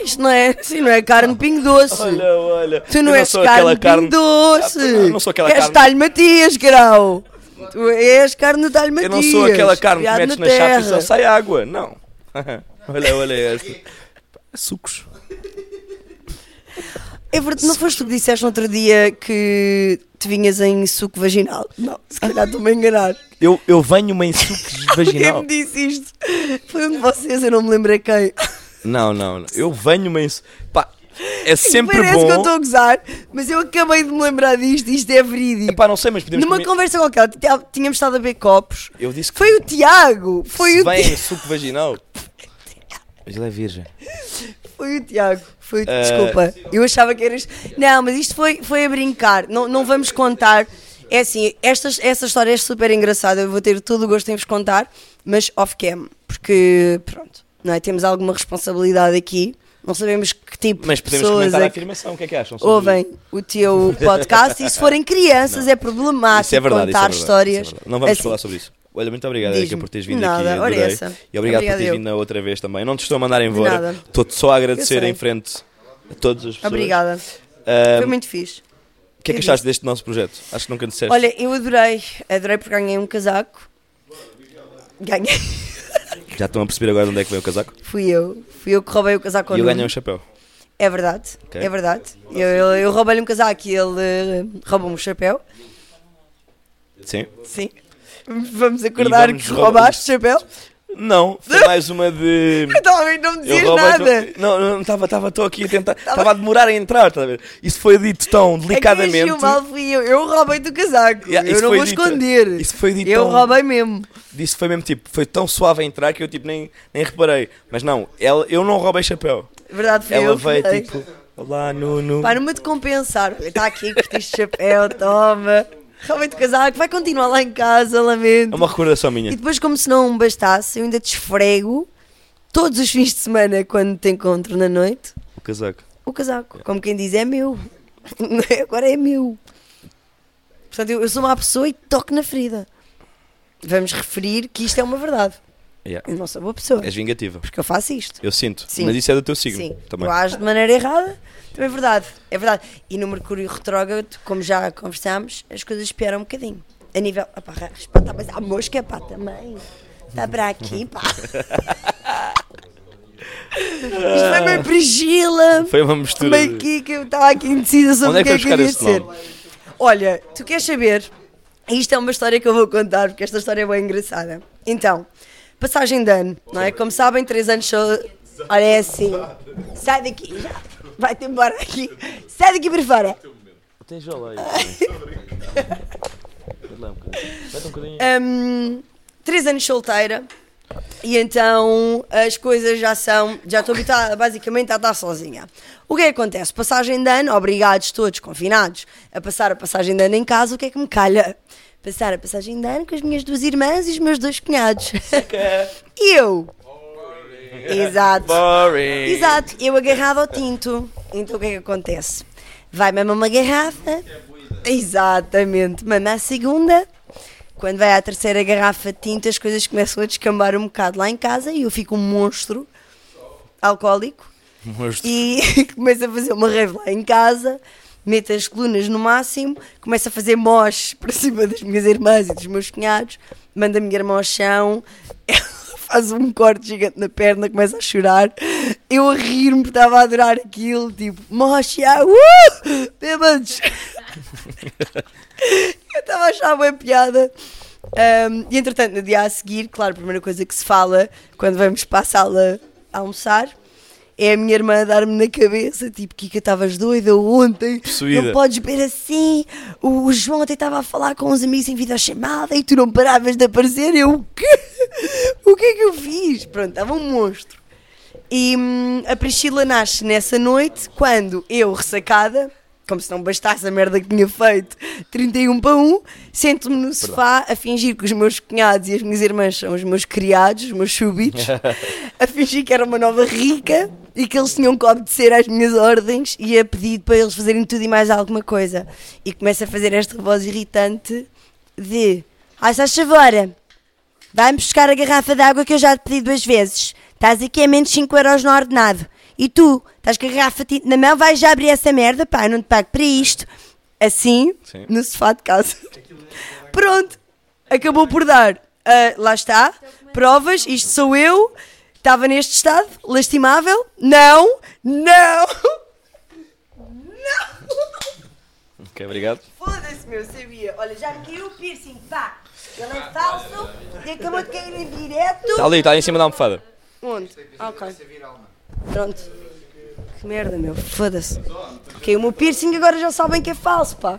[SPEAKER 6] Isto não é, sim, não é carne pingo doce.
[SPEAKER 3] Olha, olha.
[SPEAKER 6] Tu
[SPEAKER 3] Eu
[SPEAKER 6] não, és
[SPEAKER 3] sou
[SPEAKER 6] carne,
[SPEAKER 3] aquela
[SPEAKER 6] de pingo doce.
[SPEAKER 3] Ah, eu não sou aquela
[SPEAKER 6] és
[SPEAKER 3] carne-
[SPEAKER 6] talho Matias, grau. Tu és carne do talho
[SPEAKER 3] Eu
[SPEAKER 6] Matias.
[SPEAKER 3] não sou aquela carne que
[SPEAKER 6] criado
[SPEAKER 3] metes na chapa e só sai água. Não. olha, olha essa. Sucos.
[SPEAKER 6] É verdade, não foste tu que disseste no outro dia que te vinhas em suco vaginal? Não, se calhar estou-me a enganar.
[SPEAKER 3] Eu, eu venho-me em sucos
[SPEAKER 6] Quem
[SPEAKER 3] vaginal.
[SPEAKER 6] me disse isto? Foi um de vocês, eu não me lembro a quem.
[SPEAKER 3] Não, não, não. Eu venho-me em. su- Pá, é sempre
[SPEAKER 6] Parece que eu estou
[SPEAKER 3] bom.
[SPEAKER 6] a gozar, mas eu acabei de me lembrar disto, isto é verídico.
[SPEAKER 3] Pá, não sei, mas podemos.
[SPEAKER 6] Numa
[SPEAKER 3] comer-
[SPEAKER 6] conversa qualquer, t- tínhamos estado a ver copos.
[SPEAKER 3] Eu disse que
[SPEAKER 6] Foi o Tiago! Foi
[SPEAKER 3] se
[SPEAKER 6] o,
[SPEAKER 3] vem
[SPEAKER 6] Ti-
[SPEAKER 3] em suco vaginal. Mas ele é virgem.
[SPEAKER 6] foi o Tiago. Foi o-
[SPEAKER 3] Eh,
[SPEAKER 6] Desculpa, eu achava que eras. Não, mas isto foi, foi a brincar. Não, não vamos contar. É assim, esta, esta história é super engraçada. Eu vou ter todo o gosto em vos contar, mas off-cam. Porque, pronto, não é? temos alguma responsabilidade aqui. Não sabemos que tipo
[SPEAKER 3] Mas
[SPEAKER 6] de
[SPEAKER 3] podemos
[SPEAKER 6] pessoas
[SPEAKER 3] comentar a
[SPEAKER 6] é que
[SPEAKER 3] afirmação. O que é que acham? sobre
[SPEAKER 6] ouvem o teu podcast. E se forem crianças, é problemático
[SPEAKER 3] Isso é verdade. isso é
[SPEAKER 6] contar
[SPEAKER 3] verdade,
[SPEAKER 6] histórias.
[SPEAKER 3] isso é verdade. Não vamos
[SPEAKER 6] assim.
[SPEAKER 3] falar sobre isso. Olha, muito obrigado, Erika,
[SPEAKER 6] Diz-me.
[SPEAKER 3] por teres vindo
[SPEAKER 6] Nada,
[SPEAKER 3] aqui.
[SPEAKER 6] ora
[SPEAKER 3] adorei.
[SPEAKER 6] essa.
[SPEAKER 3] E obrigado por
[SPEAKER 6] Obrigada
[SPEAKER 3] teres
[SPEAKER 6] eu.
[SPEAKER 3] vindo na outra vez também. Não te estou a mandar embora.
[SPEAKER 6] nada.
[SPEAKER 3] Estou-te só a agradecer
[SPEAKER 6] Eu sei.
[SPEAKER 3] em frente a todas as pessoas.
[SPEAKER 6] Obrigada.
[SPEAKER 3] Ah,
[SPEAKER 6] Foi muito fixe.
[SPEAKER 3] o que é que achaste deste nosso projeto? Acho que nunca disseste.
[SPEAKER 6] Olha, eu adorei. Adorei porque ganhei um casaco. Ganhei.
[SPEAKER 3] Já estão a perceber agora de onde é que veio o casaco?
[SPEAKER 6] Fui eu. Fui eu que roubei o casaco ao
[SPEAKER 3] E eu
[SPEAKER 6] Nuno.
[SPEAKER 3] ganhei um chapéu.
[SPEAKER 6] É verdade.
[SPEAKER 3] Ok.
[SPEAKER 6] É verdade. Eu, eu, eu roubei-lhe um casaco e ele eh, roubou-me um chapéu.
[SPEAKER 3] Sim.
[SPEAKER 6] Sim. Vamos acordar
[SPEAKER 3] vamos
[SPEAKER 6] que
[SPEAKER 3] roubar-
[SPEAKER 6] roubaste o chapéu?
[SPEAKER 3] Não, foi mais uma de.
[SPEAKER 6] Totalmente não me dizias
[SPEAKER 3] roubei-te- um-
[SPEAKER 6] nada.
[SPEAKER 3] Não, não, estava estou aqui a tentar. Estava a demorar a entrar, estás a ver? Isso foi dito tão
[SPEAKER 6] É
[SPEAKER 3] delicadamente.
[SPEAKER 6] que agiu mal fui eu. Eu roubei-te o casaco.
[SPEAKER 3] Yeah,
[SPEAKER 6] eu
[SPEAKER 3] isso
[SPEAKER 6] não
[SPEAKER 3] foi
[SPEAKER 6] vou
[SPEAKER 3] dito-
[SPEAKER 6] esconder.
[SPEAKER 3] isso foi dito um-
[SPEAKER 6] Eu
[SPEAKER 3] tão-
[SPEAKER 6] roubei mesmo.
[SPEAKER 3] Isso foi mesmo tipo, foi tão suave a entrar que eu tipo nem, nem reparei. Mas não, ela, eu não roubei chapéu.
[SPEAKER 6] É Verdade, fui
[SPEAKER 3] ela
[SPEAKER 6] eu. que
[SPEAKER 3] veio
[SPEAKER 6] dei.
[SPEAKER 3] tipo, olá Nuno.
[SPEAKER 6] Pá, numa de compensar. Olha, Está aqui, curtiste chapéu, toma. Roubei-te o casaco. Vai continuar lá em casa, lamento.
[SPEAKER 3] É uma recordação minha.
[SPEAKER 6] E depois, como se não bastasse, eu ainda te esfrego todos os fins de semana quando te encontro na noite
[SPEAKER 3] O casaco.
[SPEAKER 6] o casaco. Como quem diz, é meu. Agora é meu. Portanto, eu, eu sou uma pessoa e toco na ferida. Vamos referir que isto é uma verdade.
[SPEAKER 3] Yeah.
[SPEAKER 6] Eu não sou boa pessoa,
[SPEAKER 3] És vingativa.
[SPEAKER 6] porque eu faço isto.
[SPEAKER 3] Eu sinto.
[SPEAKER 6] Sim.
[SPEAKER 3] Mas isso é do teu signo
[SPEAKER 6] Sim,
[SPEAKER 3] também.
[SPEAKER 6] eu ajo de maneira errada. Também é verdade, é verdade. E no Mercúrio Retrógrado, como já conversámos, as coisas pioram um bocadinho. A nível. Ah, pá, pá, tá, mas a mosca, pá, também. Está para aqui, pá. Isto foi meio perigila.
[SPEAKER 3] Foi uma mistura.
[SPEAKER 6] Meio
[SPEAKER 3] de-
[SPEAKER 6] é que que eu estava aqui indecisa sobre
[SPEAKER 3] Onde é
[SPEAKER 6] o que
[SPEAKER 3] que foi
[SPEAKER 6] é que eu
[SPEAKER 3] buscar esse
[SPEAKER 6] ia ser.
[SPEAKER 3] nome?
[SPEAKER 6] Olha, tu queres saber? Isto é uma história que eu vou contar, porque esta história é bem engraçada. Então, passagem de ano, não é? Como sabem, três anos só. Olha, é assim. Sai daqui, já. Vai-te embora aqui. Sai daqui para fora.
[SPEAKER 3] Tens jola aí. Vai lá um bocadinho. Vai-te um bocadinho.
[SPEAKER 6] Hum, três anos solteira. E então as coisas já são. Já estou habituada basicamente a estar sozinha. O que é que acontece? Passagem de ano, obrigados todos, confinados, a passar a passagem de ano em casa, o que é que me calha? Passar a passagem de ano com as minhas duas irmãs e os meus dois cunhados. e eu? Exato.
[SPEAKER 3] Boring.
[SPEAKER 6] Exato, eu agarrava ao tinto. Então o que é que acontece? Vai mamar uma garrafa. Exatamente, mama a segunda. Quando vai à terceira garrafa de tinta, as coisas começam a descambar um bocado lá em casa e eu fico um monstro alcoólico
[SPEAKER 3] Monstro.
[SPEAKER 6] e começo a fazer uma rave lá em casa, meto as colunas no máximo, começo a fazer mosh para cima das minhas irmãs e dos meus cunhados, mando a minha irmã ao chão, ela faz um corte gigante na perna, começa a chorar. Eu a rir-me porque estava a adorar aquilo, tipo, mocha, uh! Bêbados! Eu estava a achar bem piada. Um, e entretanto, no dia a seguir, claro, a primeira coisa que se fala quando vamos para a sala almoçar é a minha irmã a dar-me na cabeça, tipo, Kika, estavas doida ontem,
[SPEAKER 3] Possuída.
[SPEAKER 6] não podes ver assim. O o João ontem estava a falar com uns amigos em videochamada e tu não paravas de aparecer. Eu, o quê? O que é que eu fiz? Pronto, estava um monstro. E hum, a Priscila nasce nessa noite quando eu, ressacada, como se não bastasse a merda que tinha feito, 31 para 1, sento-me no sofá a fingir que os meus cunhados e as minhas irmãs são os meus criados, os meus súbitos, a fingir que era uma nova rica e que eles tinham que obedecer às minhas ordens e a pedido para eles fazerem tudo e mais alguma coisa. E começo a fazer esta voz irritante de: Ai, se favora, Vai-me buscar a garrafa de água que eu já te pedi duas vezes. Estás aqui a menos 5 euros no ordenado. E tu, estás com a garrafa ti- na mão, vais já abrir essa merda, pá, eu não te pago para isto. Assim,
[SPEAKER 3] Sim.
[SPEAKER 6] no sofá de casa. Pronto, acabou por dar. Ah, lá está, provas, isto sou eu, estava neste estado, lastimável. Não, não,
[SPEAKER 3] Ok, obrigado.
[SPEAKER 6] foda-se, meu, sabia. Olha, já me caiu o piercing, pá. Ele é falso e acabou de cair em direto.
[SPEAKER 3] Está Tá ali, está ali em cima da almofada.
[SPEAKER 6] Onde? Ah, ok. Pronto. Que merda, meu. Foda-se. Ok, o meu piercing agora já sabem que é falso, pá.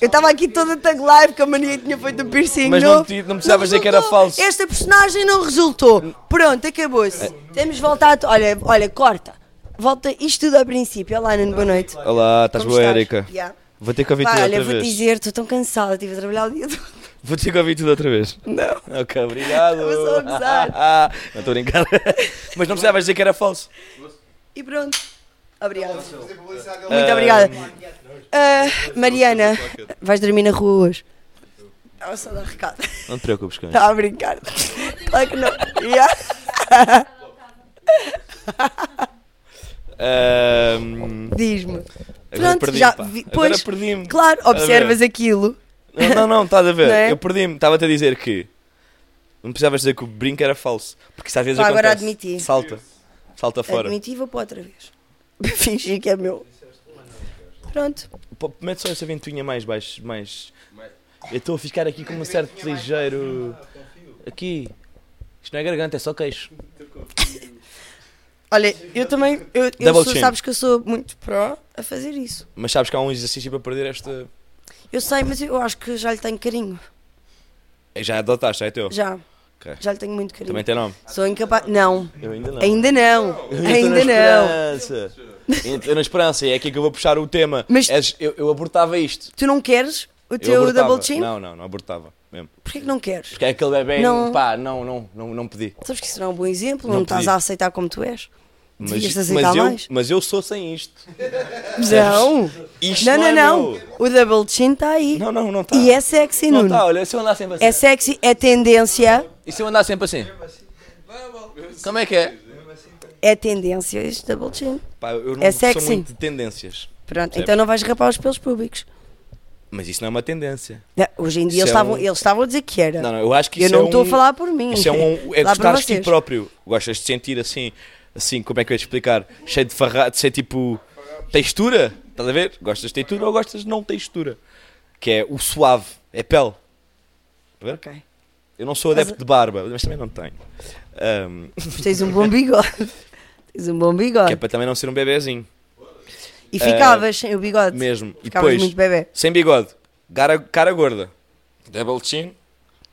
[SPEAKER 6] Eu estava aqui toda tag live que a Maria tinha feito um piercing
[SPEAKER 3] Mas não
[SPEAKER 6] novo.
[SPEAKER 3] te- não precisavas dizer que era
[SPEAKER 6] resultou.
[SPEAKER 3] falso.
[SPEAKER 6] Esta personagem não resultou. Pronto, acabou-se. Temos voltado. Olha, olha, corta. Volta isto tudo ao princípio. Olá, Nuno, boa noite.
[SPEAKER 3] Olá, estás
[SPEAKER 6] Como
[SPEAKER 3] boa,
[SPEAKER 6] estás?
[SPEAKER 3] Erika?
[SPEAKER 6] Yeah.
[SPEAKER 3] Vou ter que ouvir
[SPEAKER 6] Pá,
[SPEAKER 3] tudo
[SPEAKER 6] olha,
[SPEAKER 3] outra
[SPEAKER 6] vou
[SPEAKER 3] vez.
[SPEAKER 6] dizer, estou tão cansada, estive a trabalhar o dia todo.
[SPEAKER 3] Vou ter que ouvir tudo outra vez.
[SPEAKER 6] Não.
[SPEAKER 3] Ok, obrigado.
[SPEAKER 6] Estava só a gozar.
[SPEAKER 3] não estou a brincar. Mas não precisavas dizer que era falso.
[SPEAKER 6] E pronto. Obrigada.
[SPEAKER 5] Muito
[SPEAKER 6] Muito obrigada. Ah, Mariana, vais dormir na rua hoje. Estava só a dar recado.
[SPEAKER 3] Não te preocupes com isso.
[SPEAKER 6] Estava a brincar. Claro que não. Yeah.
[SPEAKER 3] Ahm,
[SPEAKER 6] Diz-me.
[SPEAKER 3] agora
[SPEAKER 6] Pronto,
[SPEAKER 3] perdi-me.
[SPEAKER 6] já
[SPEAKER 3] pá.
[SPEAKER 6] vi-
[SPEAKER 3] Agora
[SPEAKER 6] pois,
[SPEAKER 3] perdi-me.
[SPEAKER 6] Claro, observas aquilo.
[SPEAKER 3] Não, não, não, estás a ver.
[SPEAKER 6] Não é?
[SPEAKER 3] Eu perdi-me. Estava-te a dizer que não precisavas dizer que o brinco era falso. Porque isso às vezes
[SPEAKER 6] Pá,
[SPEAKER 3] acontece.
[SPEAKER 6] agora admiti.
[SPEAKER 3] Salta. Salta fora.
[SPEAKER 6] Admiti e vou para outra vez. Fingir que é meu. Pronto.
[SPEAKER 3] Pô, Mete só essa ventoinha mais baixo. Mais... Eu estou a ficar aqui com um certo ligeiro. Aqui. Isto não é garganta, é só queixo.
[SPEAKER 6] Olha, eu também, eu, eu
[SPEAKER 3] Double
[SPEAKER 6] sou-
[SPEAKER 3] chin.
[SPEAKER 6] sabes que eu sou muito pró a fazer isso.
[SPEAKER 3] Mas sabes que há um exercício para perder esta.
[SPEAKER 6] Eu sei, mas eu acho que já lhe tenho carinho.
[SPEAKER 3] Já adotaste, já é teu.
[SPEAKER 6] Já.
[SPEAKER 3] Ok.
[SPEAKER 6] Já lhe tenho muito carinho.
[SPEAKER 3] Também tem nome.
[SPEAKER 6] Sou incapaz. Não,
[SPEAKER 3] Eu ainda não.
[SPEAKER 6] ainda não. Ainda não.
[SPEAKER 3] não. Estou na esperança, e é aqui que eu vou puxar o tema.
[SPEAKER 6] Mas-
[SPEAKER 3] És- eu, eu abortava isto.
[SPEAKER 6] Tu não queres o
[SPEAKER 3] eu
[SPEAKER 6] teu
[SPEAKER 3] abortava.
[SPEAKER 6] double chin?
[SPEAKER 3] Não, não, não abortava. Mesmo.
[SPEAKER 6] Porquê que não queres?
[SPEAKER 3] Porque é aquele bebê,
[SPEAKER 6] Não.
[SPEAKER 3] pá, não, não, não, não pedi.
[SPEAKER 6] Sabes que isso não é um bom exemplo,
[SPEAKER 3] Não
[SPEAKER 6] não, estás
[SPEAKER 3] pedi.
[SPEAKER 6] a aceitar como tu és. Devias aceitar
[SPEAKER 3] mas, eu,
[SPEAKER 6] assim tá mais.
[SPEAKER 3] mas eu sou sem isto.
[SPEAKER 6] Não.
[SPEAKER 3] Isto
[SPEAKER 6] Não,
[SPEAKER 3] não,
[SPEAKER 6] não, não.
[SPEAKER 3] É meu.
[SPEAKER 6] O double chin está aí.
[SPEAKER 3] Não, não, não está.
[SPEAKER 6] E é sexy,
[SPEAKER 3] Não
[SPEAKER 6] Nuno.
[SPEAKER 3] está, olha, se eu andar sempre assim.
[SPEAKER 6] É sexy, é tendência.
[SPEAKER 3] E se eu andar sempre assim? Como é que é?
[SPEAKER 6] É tendência este double chin.
[SPEAKER 3] Pá, eu não
[SPEAKER 6] É
[SPEAKER 3] sou
[SPEAKER 6] sexy.
[SPEAKER 3] muito de tendências.
[SPEAKER 6] Pronto,
[SPEAKER 3] Percebe?
[SPEAKER 6] então não vais rapar os pelos públicos.
[SPEAKER 3] Mas isso não é uma tendência.
[SPEAKER 6] Não, hoje em dia
[SPEAKER 3] Isso
[SPEAKER 6] eles
[SPEAKER 3] é
[SPEAKER 6] estavam,
[SPEAKER 3] um-
[SPEAKER 6] eles estavam a dizer que era.
[SPEAKER 3] Não, não, eu acho que
[SPEAKER 6] eu
[SPEAKER 3] isso
[SPEAKER 6] não
[SPEAKER 3] é
[SPEAKER 6] estou
[SPEAKER 3] um-
[SPEAKER 6] a falar por mim.
[SPEAKER 3] Isso é, um, é
[SPEAKER 6] Lá para
[SPEAKER 3] gostares de ti
[SPEAKER 6] vocês.
[SPEAKER 3] próprio. Gostas de sentir assim, assim, como é que eu ia te explicar? Cheio de farra, de ser tipo textura, estás a ver? Gostas de textura ou gostas de não textura? Que é o suave, é pele.
[SPEAKER 6] Ok.
[SPEAKER 3] Eu não sou adepto de barba, mas também não tenho. Ahm,
[SPEAKER 6] Mas Tens um bom bigode. Tens um bom bigode.
[SPEAKER 3] que é para também não ser um bebezinho,
[SPEAKER 6] E ficavas sem o bigode.
[SPEAKER 3] mesmo. E
[SPEAKER 6] Ficavas
[SPEAKER 3] depois,
[SPEAKER 6] muito bebê.
[SPEAKER 3] sem bigode, cara, cara gorda, double chin,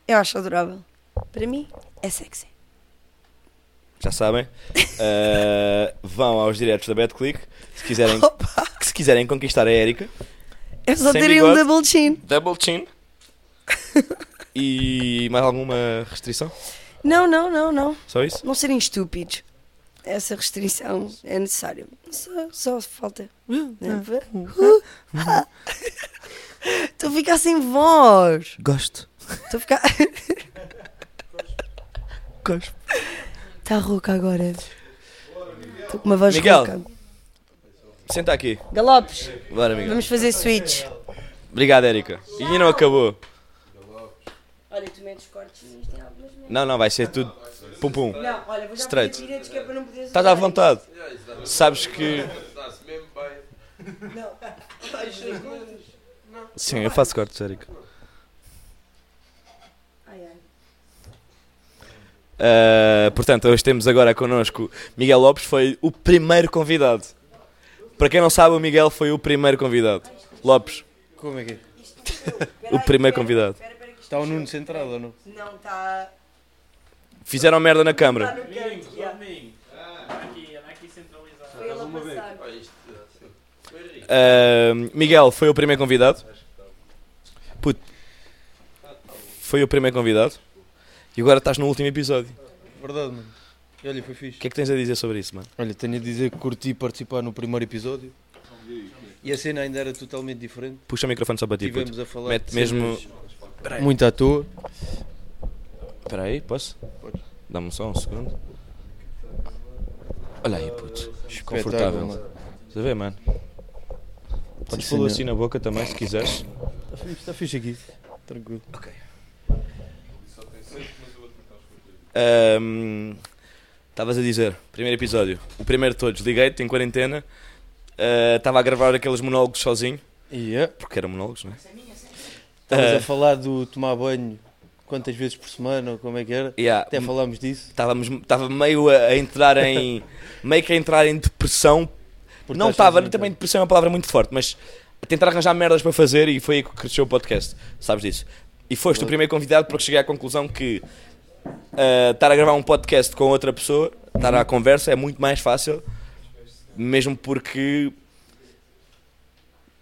[SPEAKER 6] Eu acho adorável. Para mim, é sexy.
[SPEAKER 3] já sabem. Ah, vão aos diretos da BetClick, se quiserem,
[SPEAKER 6] Opa,
[SPEAKER 3] se quiserem conquistar a Erika.
[SPEAKER 6] eu só
[SPEAKER 3] Sem
[SPEAKER 6] teria um
[SPEAKER 3] bigode.
[SPEAKER 6] double chin.
[SPEAKER 3] Double chin. e mais alguma restrição?
[SPEAKER 6] Não, não, não, não.
[SPEAKER 3] Só isso?
[SPEAKER 6] Não serem estúpidos. Essa restrição é necessária. Só, só falta. Uh, ah. Estou a ficar sem voz.
[SPEAKER 3] Gosto.
[SPEAKER 6] Estou a ficar.
[SPEAKER 3] Gosto.
[SPEAKER 6] Está Tá rouca agora. Estou com uma voz
[SPEAKER 3] Miguel.
[SPEAKER 6] rouca.
[SPEAKER 3] Senta aqui.
[SPEAKER 6] Galopes,
[SPEAKER 3] Bora, amiga.
[SPEAKER 6] vamos fazer switch.
[SPEAKER 3] Obrigado, Erika. E ainda não acabou.
[SPEAKER 6] Olha, tu metes cortes, mas tem algumas
[SPEAKER 3] Não, não, vai ser tudo. Pum pum.
[SPEAKER 6] Não, olha, vou
[SPEAKER 3] já Straight. pedir
[SPEAKER 6] direitos que é para não poderes
[SPEAKER 3] Estás à vontade. Sabes que. Sim, eu faço cortes, Érico.
[SPEAKER 6] Oh,
[SPEAKER 3] Uh, portanto, hoje temos agora connosco Miguel Lopes, foi o primeiro convidado. Para quem não sabe, o Miguel foi o primeiro convidado. Lopes,
[SPEAKER 7] Como é que é?
[SPEAKER 3] o primeiro convidado.
[SPEAKER 7] Está o Nuno centrado ou não?
[SPEAKER 6] Não, está.
[SPEAKER 3] Fizeram merda na câmara.
[SPEAKER 6] no canto. já. Foi ele a passar.
[SPEAKER 3] Uh, Miguel foi o primeiro convidado. Puto. Foi o primeiro convidado. E agora estás no último episódio.
[SPEAKER 7] Verdade, mano. E olha, foi
[SPEAKER 3] O
[SPEAKER 7] fixe.
[SPEAKER 3] que é que tens a dizer sobre isso, mano?
[SPEAKER 7] Olha, tenho a dizer que curti participar no primeiro episódio. E a cena ainda era totalmente diferente.
[SPEAKER 3] Puxa o microfone só para ti, puto.
[SPEAKER 7] Tivemos a falar
[SPEAKER 3] Mete
[SPEAKER 7] de
[SPEAKER 3] mesmo.
[SPEAKER 7] cenas Tipo, muito à toa.
[SPEAKER 3] Espera aí, posso? Dá-me só um segundo. Olha aí, puto.
[SPEAKER 7] Espetáculo,
[SPEAKER 3] Desconfortável.
[SPEAKER 7] mano.
[SPEAKER 3] Estás a ver, mano? Podes
[SPEAKER 7] Sim,
[SPEAKER 3] pô-lo
[SPEAKER 7] senhor.
[SPEAKER 3] assim na boca também, se quiseres.
[SPEAKER 7] Está fixe, está fixe aqui. Tranquilo.
[SPEAKER 3] Ahm, Estavas a dizer, primeiro episódio. O primeiro de todos. Liguei-te em quarentena. Ah, Estava a gravar aqueles monólogos sozinho.
[SPEAKER 7] E é.
[SPEAKER 3] Porque eram monólogos, não é?
[SPEAKER 7] Estavas
[SPEAKER 3] Ah.
[SPEAKER 7] a falar do tomar banho quantas vezes por semana ou como é que era.
[SPEAKER 3] Yeah. um,
[SPEAKER 7] Até falámos disso.
[SPEAKER 3] Estávamos, estava meio a, a entrar em. meio que a entrar em depressão.
[SPEAKER 7] Porque
[SPEAKER 3] não
[SPEAKER 7] estás
[SPEAKER 3] estava,
[SPEAKER 7] sozinho,
[SPEAKER 3] também
[SPEAKER 7] então.
[SPEAKER 3] depressão é uma palavra muito forte, mas a tentar arranjar merdas para fazer e foi aí que cresceu o podcast. Sabes disso? E foste o primeiro convidado porque cheguei à conclusão que ah, estar a gravar um podcast com outra pessoa, estar à conversa, é muito mais fácil, mesmo porque.